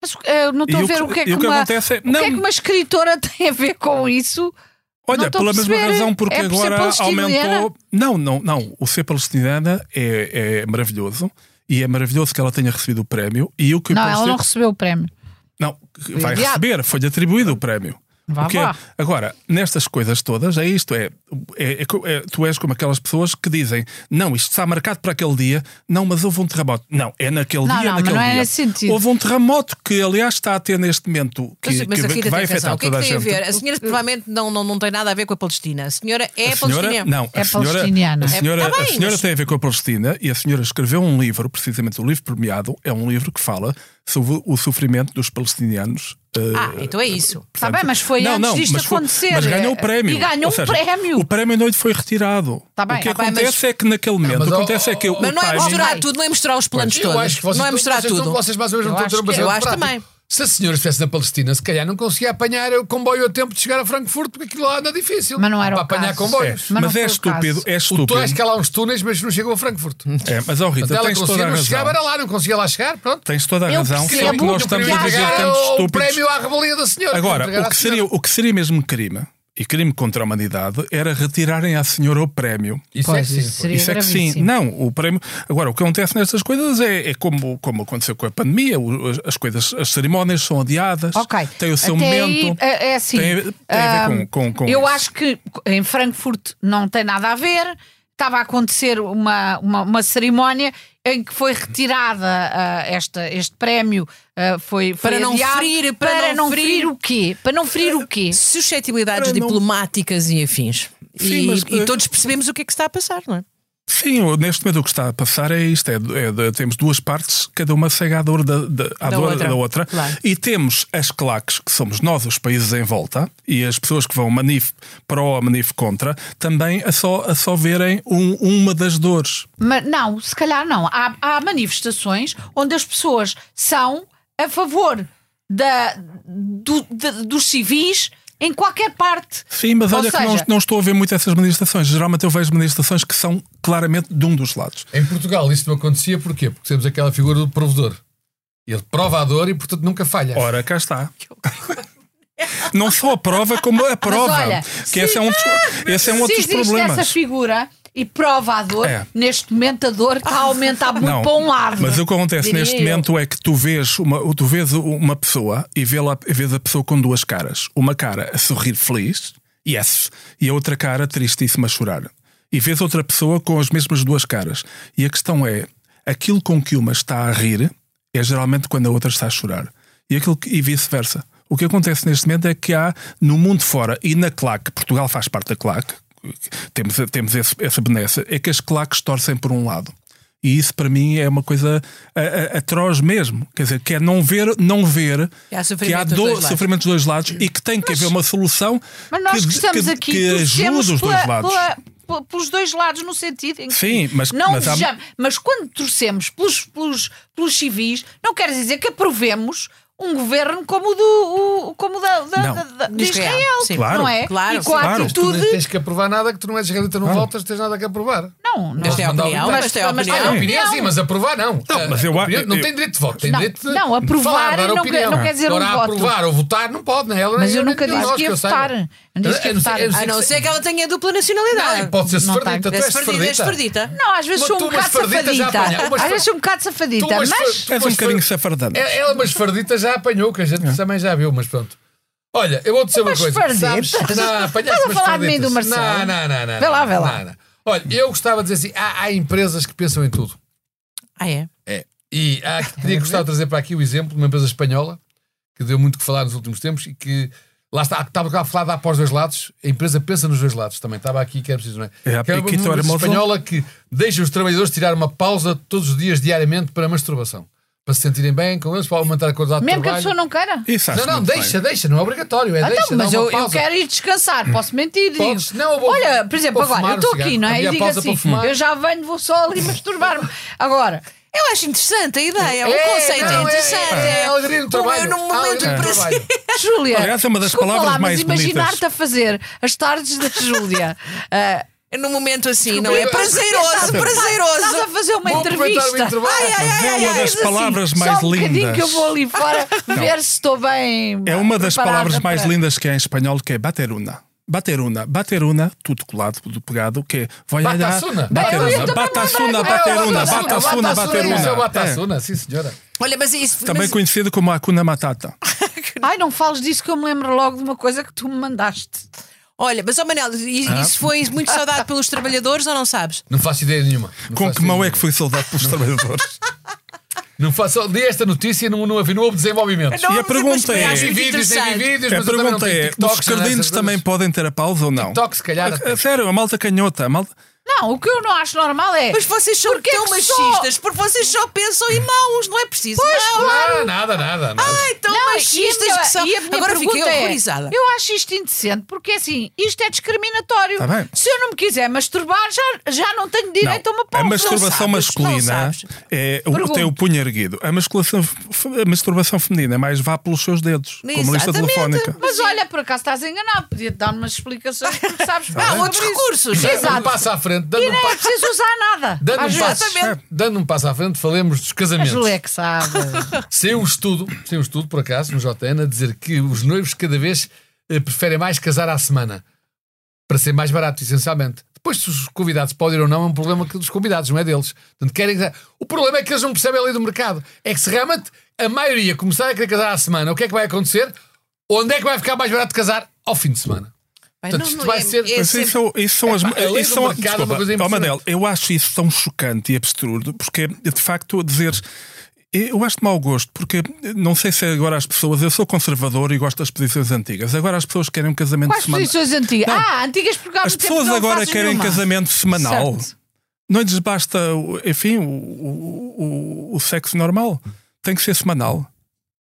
S1: Mas eh, não estou
S3: E
S1: a
S3: o
S1: ver
S3: que-
S1: o que é
S3: e
S1: que
S3: o que
S1: uma-
S3: acontece é-
S1: o que é
S3: não.
S1: que uma escritora tem a ver com isso? Não
S3: Olha,
S1: estou a
S3: pela mesma
S1: perceber.
S3: razão, porque
S1: É por ser
S3: agora
S1: palestiniana?
S3: aumentou. Não, não, não. O ser palestiniana é, é maravilhoso e é maravilhoso que ela tenha recebido o prémio. E o que
S1: Não,
S3: o
S1: ela
S3: palestin-
S1: não recebeu o prémio.
S3: Não, vai
S1: adiado.
S3: receber, foi-lhe atribuído o prémio.
S1: Vá,
S3: Porque-
S1: vá.
S3: Agora, nestas coisas todas, é isto: é, é- é co- é- tu és como aquelas pessoas que dizem, não, isto está marcado para aquele dia, não, mas houve um terremoto. Não, é naquele
S1: Não,
S3: dia,
S1: não, mas
S3: naquele
S1: não é
S3: dia.
S1: nesse sentido.
S3: Houve um terremoto que, aliás, está a ter neste momento, que,
S2: Mas, mas
S3: que-
S2: a
S3: que
S2: Rita
S3: vai
S2: tem razão.
S3: afetar
S2: O que é
S3: toda
S2: que
S3: a
S2: tem a
S3: gente.
S2: ver? A senhora provavelmente não, não, não tem nada a ver com a Palestina. A senhora é
S3: A senhora,
S2: palestina.
S3: não, a
S1: É
S3: senhora,
S1: palestiniana.
S3: a senhora,
S2: É- tá
S3: a
S2: bem,
S3: senhora
S2: mas-
S3: tem a ver com a Palestina e a senhora escreveu um livro, precisamente o livro premiado, é um livro que fala sobre o sofrimento dos palestinianos eh,
S2: Ah, então é isso.
S1: Está Tá bem, mas foi antes disto
S3: mas foi-
S1: acontecer.
S3: Mas ganhou o
S1: Eh,
S3: prémio.
S1: E ganhou
S3: Ou
S1: um
S3: seja,
S1: prémio.
S3: O prémio não lhe foi retirado.
S1: Tá bem,
S3: o que
S1: tá bem,
S3: acontece
S2: mas-
S3: é que naquele momento,
S4: mas,
S3: o
S4: ó,
S3: que acontece é que o
S2: Mas não é
S3: timing-
S2: misturar
S1: Vai.
S2: tudo, não é misturar os planos todos.
S4: Eu acho que vocês,
S2: não é
S4: todos-
S2: misturar
S4: vocês,
S2: tudo.
S4: todos- vocês mais ou menos
S1: Eu
S4: não estão a
S1: acho que-
S4: ter
S2: eu
S4: uma
S2: acho
S4: prática.
S2: também.
S4: Se a senhora estivesse na Palestina, se calhar não conseguia apanhar o comboio a tempo de chegar a Frankfurt, porque aquilo lá anda difícil.
S1: Mas não era
S4: para
S1: o
S4: apanhar
S1: caso.
S3: É,
S4: comboios.
S1: não
S3: mas
S1: foi
S3: é
S1: o
S3: estúpido,
S1: caso.
S3: é
S4: O tu
S3: estúpido.
S4: acho que há lá uns túneis, mas não chegou a Frankfurt.
S3: É, mas, ó
S4: Até
S3: Rita,
S4: ela
S3: tens toda
S4: conseguia,
S3: a
S4: não chegava era
S3: razão.
S4: lá, não conseguia lá chegar, pronto. é
S3: Tens toda a
S1: Eu
S3: razão.
S1: percebo
S3: Só que
S1: que
S3: nós
S1: eu
S3: estamos a
S1: queria
S3: dizer
S1: ganhar
S3: tantos
S4: o
S3: estúpidos.
S4: prémio à rebelia da senhora.
S3: Agora,
S4: Entregar
S3: o
S4: à
S3: que
S4: senhora.
S3: seria, o que seria mesmo crime e crime contra a humanidade era retirarem à senhora o prémio.
S4: Isso
S1: Pois,
S4: é que sim.
S1: isso seria
S3: Isso é que sim.
S1: gravíssimo.
S3: Não, o prémio. Agora, o que acontece nestas coisas é, é como, como aconteceu com a pandemia: o- as- as coisas, as cerimónias são adiadas,
S1: Ok.
S3: tem o seu
S1: Até aí,
S3: momento.
S1: é é assim.
S3: tem a ver- tem a ver
S1: ahm,
S3: com- com- com
S1: eu
S3: isso.
S1: acho que em Frankfurt não tem nada a ver. Estava a acontecer uma, uma, uma cerimónia em que foi retirada ah, esta, este prémio. ah, foi, foi
S2: Para não
S1: adiado.
S2: ferir, para não ferir.
S1: o quê? Para não ferir
S3: Eh,
S1: o quê?
S2: Suscetibilidades
S3: Para não-
S2: diplomáticas e afins.
S3: Sim,
S2: e,
S3: mas-
S4: eh,
S2: e todos percebemos o que é que está a passar, não é?
S3: Sim, o- neste momento o que está a passar é isto: é, é de- temos duas partes, cada uma segue à dor da, da- à
S2: Da
S3: dor
S2: outra,
S3: da outra.
S2: claro.
S3: E temos as claques, que somos nós, os países em volta, e as pessoas que vão manif pró ou manif contra, também a só, a só verem um- uma das dores.
S1: Mas não, se calhar não. Há, há manifestações onde as pessoas são a favor da, do- de- dos civis em qualquer parte.
S3: Sim, mas
S1: Ou
S3: olha que
S1: seja,
S3: não, não estou a ver muito essas manifestações. Geralmente eu vejo manifestações que são claramente de um dos lados.
S4: Em Portugal isso não acontecia porquê? Porque temos aquela figura do provedor. Ele prova a dor e, portanto, nunca falha.
S3: Ora, cá está. Não só a prova, como a prova.
S1: olha,
S3: que esse é um, dos- esse é um
S1: se
S3: outro dos
S1: existe essa
S3: problemas.
S1: figura e prova a dor,
S3: É.
S1: neste momento a dor está a aumentar muito
S3: Não,
S1: para um lado.
S3: Mas o que acontece
S1: diria
S3: neste
S1: eu.
S3: momento é que tu vês uma, tu vês uma pessoa e vê-la- e vês a pessoa com duas caras. Uma cara a sorrir feliz, yes, e a outra cara tristíssima a chorar. E vês outra pessoa com as mesmas duas caras. E a questão é: aquilo com que uma está a rir é geralmente quando a outra está a chorar. E, aquilo que- e vice-versa. O que acontece neste momento é que há no mundo fora e na claque, Portugal faz parte da claque, temos, temos esse- essa benesse, é que as claques torcem por um lado. E isso para mim é uma coisa a- a- atroz mesmo. Quer dizer, que é não ver, não ver
S2: Que há
S3: que
S2: sofrimento
S3: há
S2: dos
S3: dor-
S2: dois lados.
S3: sofrimento dos dois lados e que tem que haver uma solução
S1: Mas nós
S3: que,
S1: que estamos
S3: que-
S1: aqui
S3: que ajuda
S1: torcemos
S3: os dois
S1: pela-
S3: lados.
S1: pela- pela- pelos dois lados, no sentido em que
S3: Sim, mas-
S1: não
S3: mas há-
S1: desejamos. Mas quando torcemos pelos, pelos, pelos civis, não quer dizer que aprovemos um governo como o do o- como o da, da-
S3: Não.
S1: da- da- de
S2: De Israel,
S1: Israel,
S2: sim.
S3: Claro,
S1: não é?
S2: claro,
S1: e com a
S3: claro.
S4: Tu nem
S1: atitude
S4: tens que aprovar nada, que tu não és israelita, não voltas, tens nada que aprovar.
S1: não, não.
S2: Esta é a
S4: mandar
S2: opinião,
S4: alguém.
S2: mas esta é a
S1: Mas-
S2: opinião.
S1: mas-
S4: Opinião sim, mas aprovar não. É,
S3: Não, mas eu-
S4: A opinião- não
S3: eu-
S4: tem direito de voto, tem
S1: Não,
S4: direito de
S1: não, aprovar
S4: falar, dar
S1: não quer-
S4: opinião.
S1: não quer dizer um
S4: Agora,
S1: voto.
S4: aprovar ou votar não pode, não é? Ela
S1: Mas
S4: nem-
S1: eu
S4: nem-
S1: nunca
S4: nem
S1: disse
S4: nós
S1: que ia
S4: eu saiba.
S1: votar. Eu não disse que ia
S4: A não ser-
S1: votar.
S4: a
S2: A não ser que ela tenha dupla nacionalidade.
S4: Não, pode ser
S1: Não tem.
S4: sefardita, tu
S2: É
S4: és
S2: sefardita, é
S4: sefardita.
S2: sefardita.
S1: Não, às vezes
S4: Mas
S1: sou um
S4: tu,
S1: bocado
S4: mas farditas já apanhou,
S1: safadita.
S4: mas
S1: Às
S4: tu-
S1: vezes sou um bocado
S4: Tu,
S1: safadita, mas
S4: mas- tu,
S3: És um
S4: mas-
S3: bocadinho safardana.
S4: É- Ela, mas fardita já apanhou, que a gente também já viu, mas pronto. Olha, eu vou dizer uma
S1: Mas
S4: coisa.
S1: farditas?
S4: Sabes? Não, apanhaste
S1: Estás a
S4: umas
S1: falar de mim e do
S4: farditas.
S1: Marcelo?
S4: Não, não, não. não
S1: Vê lá,
S4: não,
S1: vê lá.
S4: não, não. Olha, eu gostava de dizer assim: há, há empresas que pensam em tudo.
S2: Ah, é?
S4: É. E há, teria gostado de trazer para aqui o exemplo de uma empresa espanhola que deu muito que falar nos últimos tempos e que. Lá está, estava a falar de dar para os dois lados, a empresa pensa nos dois lados também, estava aqui que era preciso, não é?
S3: É a
S4: que é uma
S3: Piquito
S4: empresa
S3: Aeromozo.
S4: espanhola que deixa os trabalhadores tirar uma pausa todos os dias, diariamente, para masturbação. Para se sentirem bem com eles, para aumentar a qualidade
S1: mesmo
S4: de
S1: que a
S4: trabalho.
S1: pessoa não queira.
S3: Isso acho
S4: Não, não,
S3: muito bem.
S4: deixa, deixa, não é obrigatório, é
S1: Ah,
S4: deixa.
S1: então, mas
S4: dá uma
S1: eu, eu
S4: pausa.
S1: quero ir descansar, posso mentir. digo.
S4: Podes? Não, eu vou-
S1: Olha, por exemplo,
S4: vou
S1: agora,
S4: fumar
S1: eu estou
S4: um cigarro.
S1: aqui, não é?
S4: Havia
S1: E digo
S4: pausa para
S1: assim:
S4: fumar.
S1: eu já venho, vou só ali masturbar-me. Agora,
S2: Eu acho interessante a ideia, o
S4: É,
S2: conceito
S4: não,
S2: é
S4: é-
S2: interessante.
S4: é a alegria do
S2: Como
S4: trabalho,
S2: eu, num
S4: a
S2: momento
S4: alegria do
S2: para si-
S4: trabalho.
S1: Júlia,
S3: Aliás, é uma das
S1: desculpa
S3: palavras
S1: lá,
S3: mais
S1: mas
S3: bonitas.
S1: imaginar-te a fazer as tardes da Júlia. ah,
S2: num momento assim, não é?
S4: eu-
S2: Prazeroso,
S1: Estás a
S2: prazeroso.
S1: fazer uma
S4: Vou aproveitar o
S1: entrevista.
S4: intervalo.
S2: Ai, ai, ai,
S3: É
S2: ai,
S3: uma
S2: ai,
S3: das
S2: assim,
S3: palavras mais
S1: Só um bocadinho
S3: lindas.
S1: que eu vou ali fora ver se estou bem.
S3: É uma das
S1: preparada
S3: palavras mais
S1: para-
S3: lindas que é em espanhol, que é bateruna. Bateruna, bateruna, tudo colado, tudo pegado, que é. Vai
S4: Batasuna.
S1: Eu ia
S3: Bateruna,
S1: também
S3: batasuna,
S1: lembrar que-
S3: bateruna,
S1: É,
S3: batasuna,
S4: Isso é o
S3: bateruna. É.
S4: Batasuna, sim senhora.
S2: Olha, mas isso.
S3: Também
S2: mas-
S3: conhecido como Acuna Matata.
S1: Ai, não fales disso que eu me lembro logo de uma coisa que tu me mandaste.
S2: Olha, mas ó Manel, i- isso foi muito saudado pelos trabalhadores ou não sabes?
S4: Não faço ideia nenhuma. Não
S3: Com
S4: faço
S3: que mão
S4: ideia
S3: é que foi saudado pelos trabalhadores?
S4: nenhuma. Não faço, li esta notícia e não, não, havia- não houve desenvolvimentos.
S2: Não,
S3: E a
S2: mas
S3: pergunta é-
S2: acho
S4: Tem
S2: muito
S4: vídeos, tem
S2: interessante.
S4: vídeos,
S3: A
S4: mas eu também não
S3: pergunta
S4: tenho
S3: é:
S4: TikToks,
S3: os
S4: não é?
S3: cardinos
S4: Essas
S3: também
S4: coisas.
S3: podem Ah, ter a pausa ou não?
S4: TikTok, se calhar, até.
S3: A- a- Sério, a malta canhota. A malta...
S1: Não, o que eu não acho normal é.
S2: Mas vocês são
S1: Porque é
S2: tão
S1: que só-
S2: machistas, porque vocês só pensam em mãos, não é preciso mãos.
S4: Ah, nada, nada, nada.
S2: Ai, tão
S1: Não,
S2: machistas
S1: e a minha-
S2: que são.
S1: e a minha
S2: Agora fiquei
S1: pergunta é,
S2: horrorizada.
S1: eu acho isto indecente, porque assim, isto é discriminatório.
S3: Tá bem.
S1: Se eu não me quiser masturbar, já, já não tenho direito a uma pausa.
S3: a masturbação
S2: então Não sabes, não
S3: masculina
S2: sabes.
S3: é, o-
S1: Pergunto.
S3: tem o punho erguido. A, masculação- a masturbação feminina é mais vá pelos seus dedos, como lista
S2: Exatamente.
S3: telefónica.
S1: Mas olha, por acaso estás enganado, podia-te dar umas explicações porque
S3: Tá
S1: sabes
S2: Há
S1: bem
S2: outros
S1: sobre isso.
S2: recursos.
S1: Sim.
S4: Dando um
S1: Exato.
S4: passo à frente, dando
S1: E
S4: um
S1: nem é
S4: passo.
S1: preciso usar nada.
S4: Dando
S2: Ah,
S1: Às
S4: um,
S1: vezes.
S4: passo, dando um passo à frente, falemos dos
S1: A
S4: casamentos.
S1: Julia é que sabe.
S4: Sem um estudo, sem um estudo, por acaso, no JN, a dizer que os noivos cada vez eh, preferem mais casar à semana. para ser mais barato, essencialmente. Depois, se os convidados podem ir ou não, é um problema que- dos convidados, não é deles. Portanto, querem... O problema é que eles não percebem a lei do mercado. É que se realmente a maioria começar a querer casar à semana, o que é que vai acontecer? Onde é que vai ficar mais barato casar? Ao fim de semana.
S2: Pá,
S4: Portanto, isto vai ser-
S3: Mas
S2: sempre-
S3: isso, são- isso são as.
S4: Epá, a lei
S3: isso
S4: do
S3: são,
S4: mercado é uma
S3: desculpa,
S4: coisa impressionante.
S3: oh, Manel, eu acho isso tão chocante e absurdo, porque de facto dizer. Eu acho de mau gosto, porque não sei se é agora as pessoas. Eu sou conservador e gosto das posições antigas. Agora as pessoas querem um casamento
S1: Quais
S3: semanal.
S1: posições antigas?
S3: Não.
S1: Ah, antigas porque há
S3: As
S1: muito tempo
S3: pessoas
S1: não
S3: agora
S1: fazes
S3: querem
S1: nenhuma.
S3: casamento semanal.
S1: Certo.
S3: Não lhes basta, o- enfim, o, o, o- o sexo normal. Tem que ser semanal.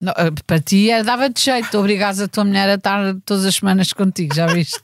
S1: Não, eh, para ti era- dava-te jeito, tu obrigares a tua mulher a estar todas as semanas contigo, já viste?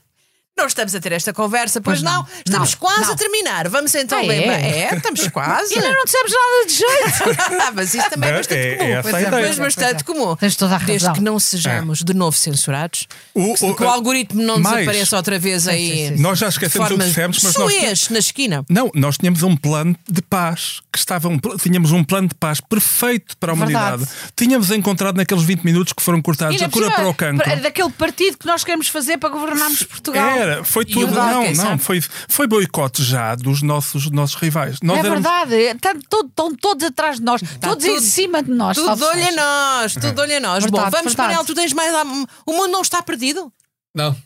S2: Não estamos a ter esta conversa, pois,
S1: Pois
S2: não.
S1: não.
S2: Estamos
S1: Não.
S2: quase
S1: Não.
S2: a terminar. Vamos então
S1: Ah, é?
S2: lembrar. É, estamos quase.
S1: Ainda não te sabes nada de jeito.
S2: Mas isso também é
S3: Não,
S2: bastante
S3: é-
S2: comum.
S3: é essa a
S2: Pois é.
S3: ideia.
S2: mas bastante comum.
S1: Tens toda a razão.
S2: Desde que não sejamos de novo censurados,
S3: O-
S2: que se-
S3: o-
S2: que o algoritmo não
S3: mais-
S2: desapareça outra vez aí.
S1: sim, sim.
S3: Nós já esquecemos o que
S2: forma
S3: dissemos, mas nós.
S2: Suez, na esquina.
S3: Não, nós tínhamos um plano de paz que estava um pl- tínhamos um plano de paz perfeito para a
S1: Verdade.
S3: humanidade. Tínhamos encontrado naqueles 20 minutos que foram cortados
S1: Ainda
S3: a cura
S1: por cima,
S3: para o cancro.
S1: pra- Daquele partido que nós queremos fazer para governarmos Portugal.
S3: Era, foi
S2: E
S3: tudo.
S2: o Dado,
S3: Não,
S2: quem
S3: não,
S2: sabe?
S3: foi, foi boicote já dos nossos, nossos rivais. Nós
S1: é
S3: éramos-
S1: verdade, estão, estão todos atrás de nós, todos em
S2: tudo-
S1: cima Tá de nós.
S2: Tudo
S1: salve
S2: olha
S1: seja.
S2: nós, tudo olha nós. Bom,
S1: Verdade,
S2: vamos,
S1: verdade.
S2: Manel, tu tens mais. lá- O mundo não está perdido?
S4: Não,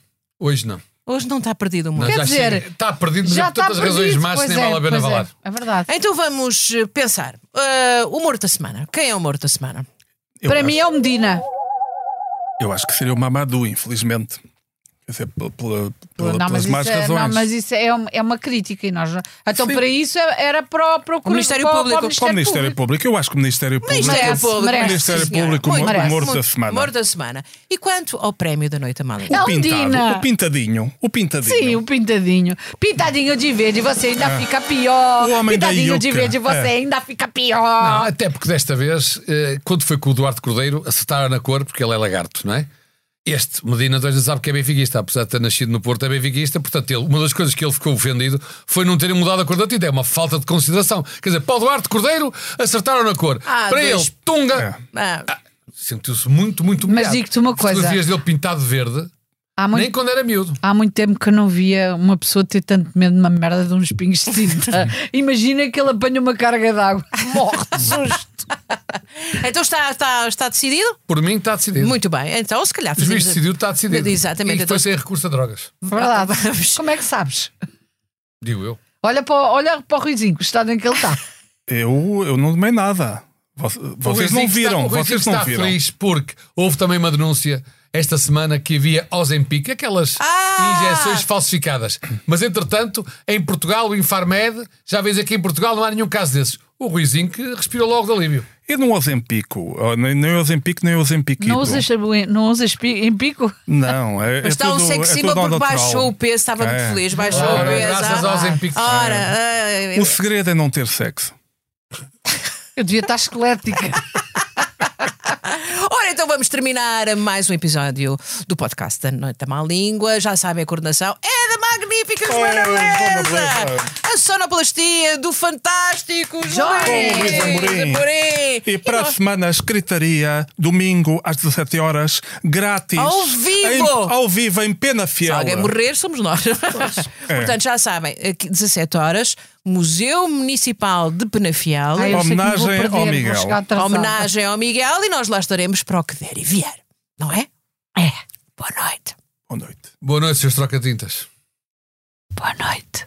S4: hoje não.
S2: Hoje não está perdido o mundo.
S4: Não,
S1: Quer dizer,
S4: chega. está perdido, mas
S1: Já
S4: há
S1: está
S4: tantas razões
S1: perdido,
S4: más que
S1: pois
S4: nem
S1: é,
S4: vale a pena
S1: pois é,
S4: falar.
S1: É verdade.
S2: Então vamos eh, pensar. Ah, o morto da semana. Quem é o morto da semana?
S3: Eu
S1: Para
S3: acho-
S1: mim é o Medina.
S3: Eu acho que seria o Mamadou, infelizmente. Quer dizer, pela- pela- pela-
S1: Não, mas
S3: pelas más
S1: isso, é,
S3: razões.
S1: não, mas isso é uma, é uma crítica e nós não- Então,
S3: Sim.
S1: para isso era para, o- para,
S2: O Ministério
S1: para,
S2: Público.
S1: Para o
S3: Para o
S1: Ministério
S3: Ministério
S1: Público. é
S3: Público, eu acho que o Ministério Público.
S1: Ministério
S2: Ministério Público.
S1: merece,
S3: Ministério
S2: sim, senhora.
S3: Público,
S2: Muito
S3: o
S2: merece.
S3: morto da
S2: Muito-
S3: semana.
S2: Morto da semana. E quanto ao prémio da noite, Amália?
S1: Não,
S3: O é pintado,
S1: Dina.
S3: o pintadinho, o pintadinho.
S1: Sim, o pintadinho. Pintadinho de verde, você ainda fica pior.
S3: Ah. O homem da
S1: pintadinho de
S3: Iuca.
S1: verde, você
S3: É.
S1: ainda fica pior.
S4: Não, Ah, até porque desta vez, eh, quando foi com o Duarte Cordeiro, acertaram na cor, porque ele é lagarto, não é? Este, Medina dois já sabe que é benfiquista, apesar de ter nascido no Porto, é benfiquista, portanto, ele, uma das coisas que ele ficou ofendido foi não terem mudado a cor da tinta, é uma falta de consideração. Quer dizer, para o Duarte Cordeiro, acertaram na cor.
S2: Ah,
S4: para
S2: dois-
S4: ele, tunga,
S2: Ah,
S4: sentiu-se muito, muito humilhado.
S1: digo-te uma coisa.
S4: Fotografias dele pintado de verde,
S1: Há
S4: nem
S1: muito,
S4: quando era miúdo.
S1: há muito tempo que eu não via uma pessoa ter tanto medo de uma merda de uns pinhos de tinta. Imagina que ele apanha uma carga d'água. Morre de susto.
S2: então está, está, está decidido?
S4: Por mim, está decidido.
S2: Muito bem. Então, se calhar
S4: O juiz
S2: fazemos-
S4: decidiu, está decidido.
S2: Exatamente.
S4: E foi
S2: Então,
S4: sem recurso a drogas,
S1: Verdade.
S2: Vamos.
S1: Como é que sabes?
S4: digo eu.
S1: Olha para, o- olha para o Ruizinho, o estado em que ele está.
S3: Eu, eu não tomei nada. Vo- Vocês não viram, vocês não
S4: está
S3: viram.
S4: feliz porque houve também uma denúncia esta semana que havia Ozempic, aquelas
S2: Ah!
S4: injeções falsificadas. Mas entretanto, em Portugal, o Infarmed, já vês aqui em Portugal, não há nenhum caso desses. O Ruizinho que respirou logo de alívio.
S3: Eu não uso em pico, oh, nem nem uso em pico, nem uso em piquito.
S1: Não usas, sabu- não usas pi- em pico?
S3: Não, é, é
S2: Mas está um
S3: tudo- é
S2: sexy
S3: tudo ao
S2: porque
S3: natural.
S2: baixou o peso, estava
S3: É.
S2: muito feliz, baixou
S4: Ora,
S2: o peso.
S4: graças
S2: ah,
S4: aos Ozempic.
S2: Ora, ah,
S3: O segredo é não ter sexo.
S1: Eu devia estar esquelética.
S2: Ora, então vamos terminar mais um episódio do podcast da Noite da Má Língua. Já sabem, a coordenação é da magnífica Joana
S3: Joana
S2: Beleza.
S3: Beleza.
S2: A sonoplastia do fantástico
S1: Com
S2: Jorge
S3: Luís Amorim.
S2: Amorim.
S3: E para a semana, escritaria, domingo às 17 horas, grátis.
S2: Ao vivo!
S3: Em, ao vivo, em Pena
S2: Se
S3: Fiel.
S2: alguém morrer, somos nós.
S3: é.
S2: Portanto, já sabem, aqui, 17 horas, Museu Municipal de Penafiel.
S1: Ai, eu sei que me vou
S3: Homenagem ao
S1: perder, vou
S3: Miguel.
S1: chegar atrasada.
S2: homenagem ao Miguel e nós lá estaremos para o que der e vier. Não é? É. Boa noite.
S3: Boa noite.
S4: Boa noite, seus troca-tintas.
S2: Boa noite.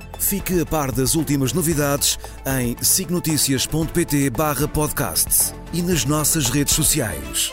S5: Fique a par das últimas novidades em signoticias.pt/podcast e nas nossas redes sociais.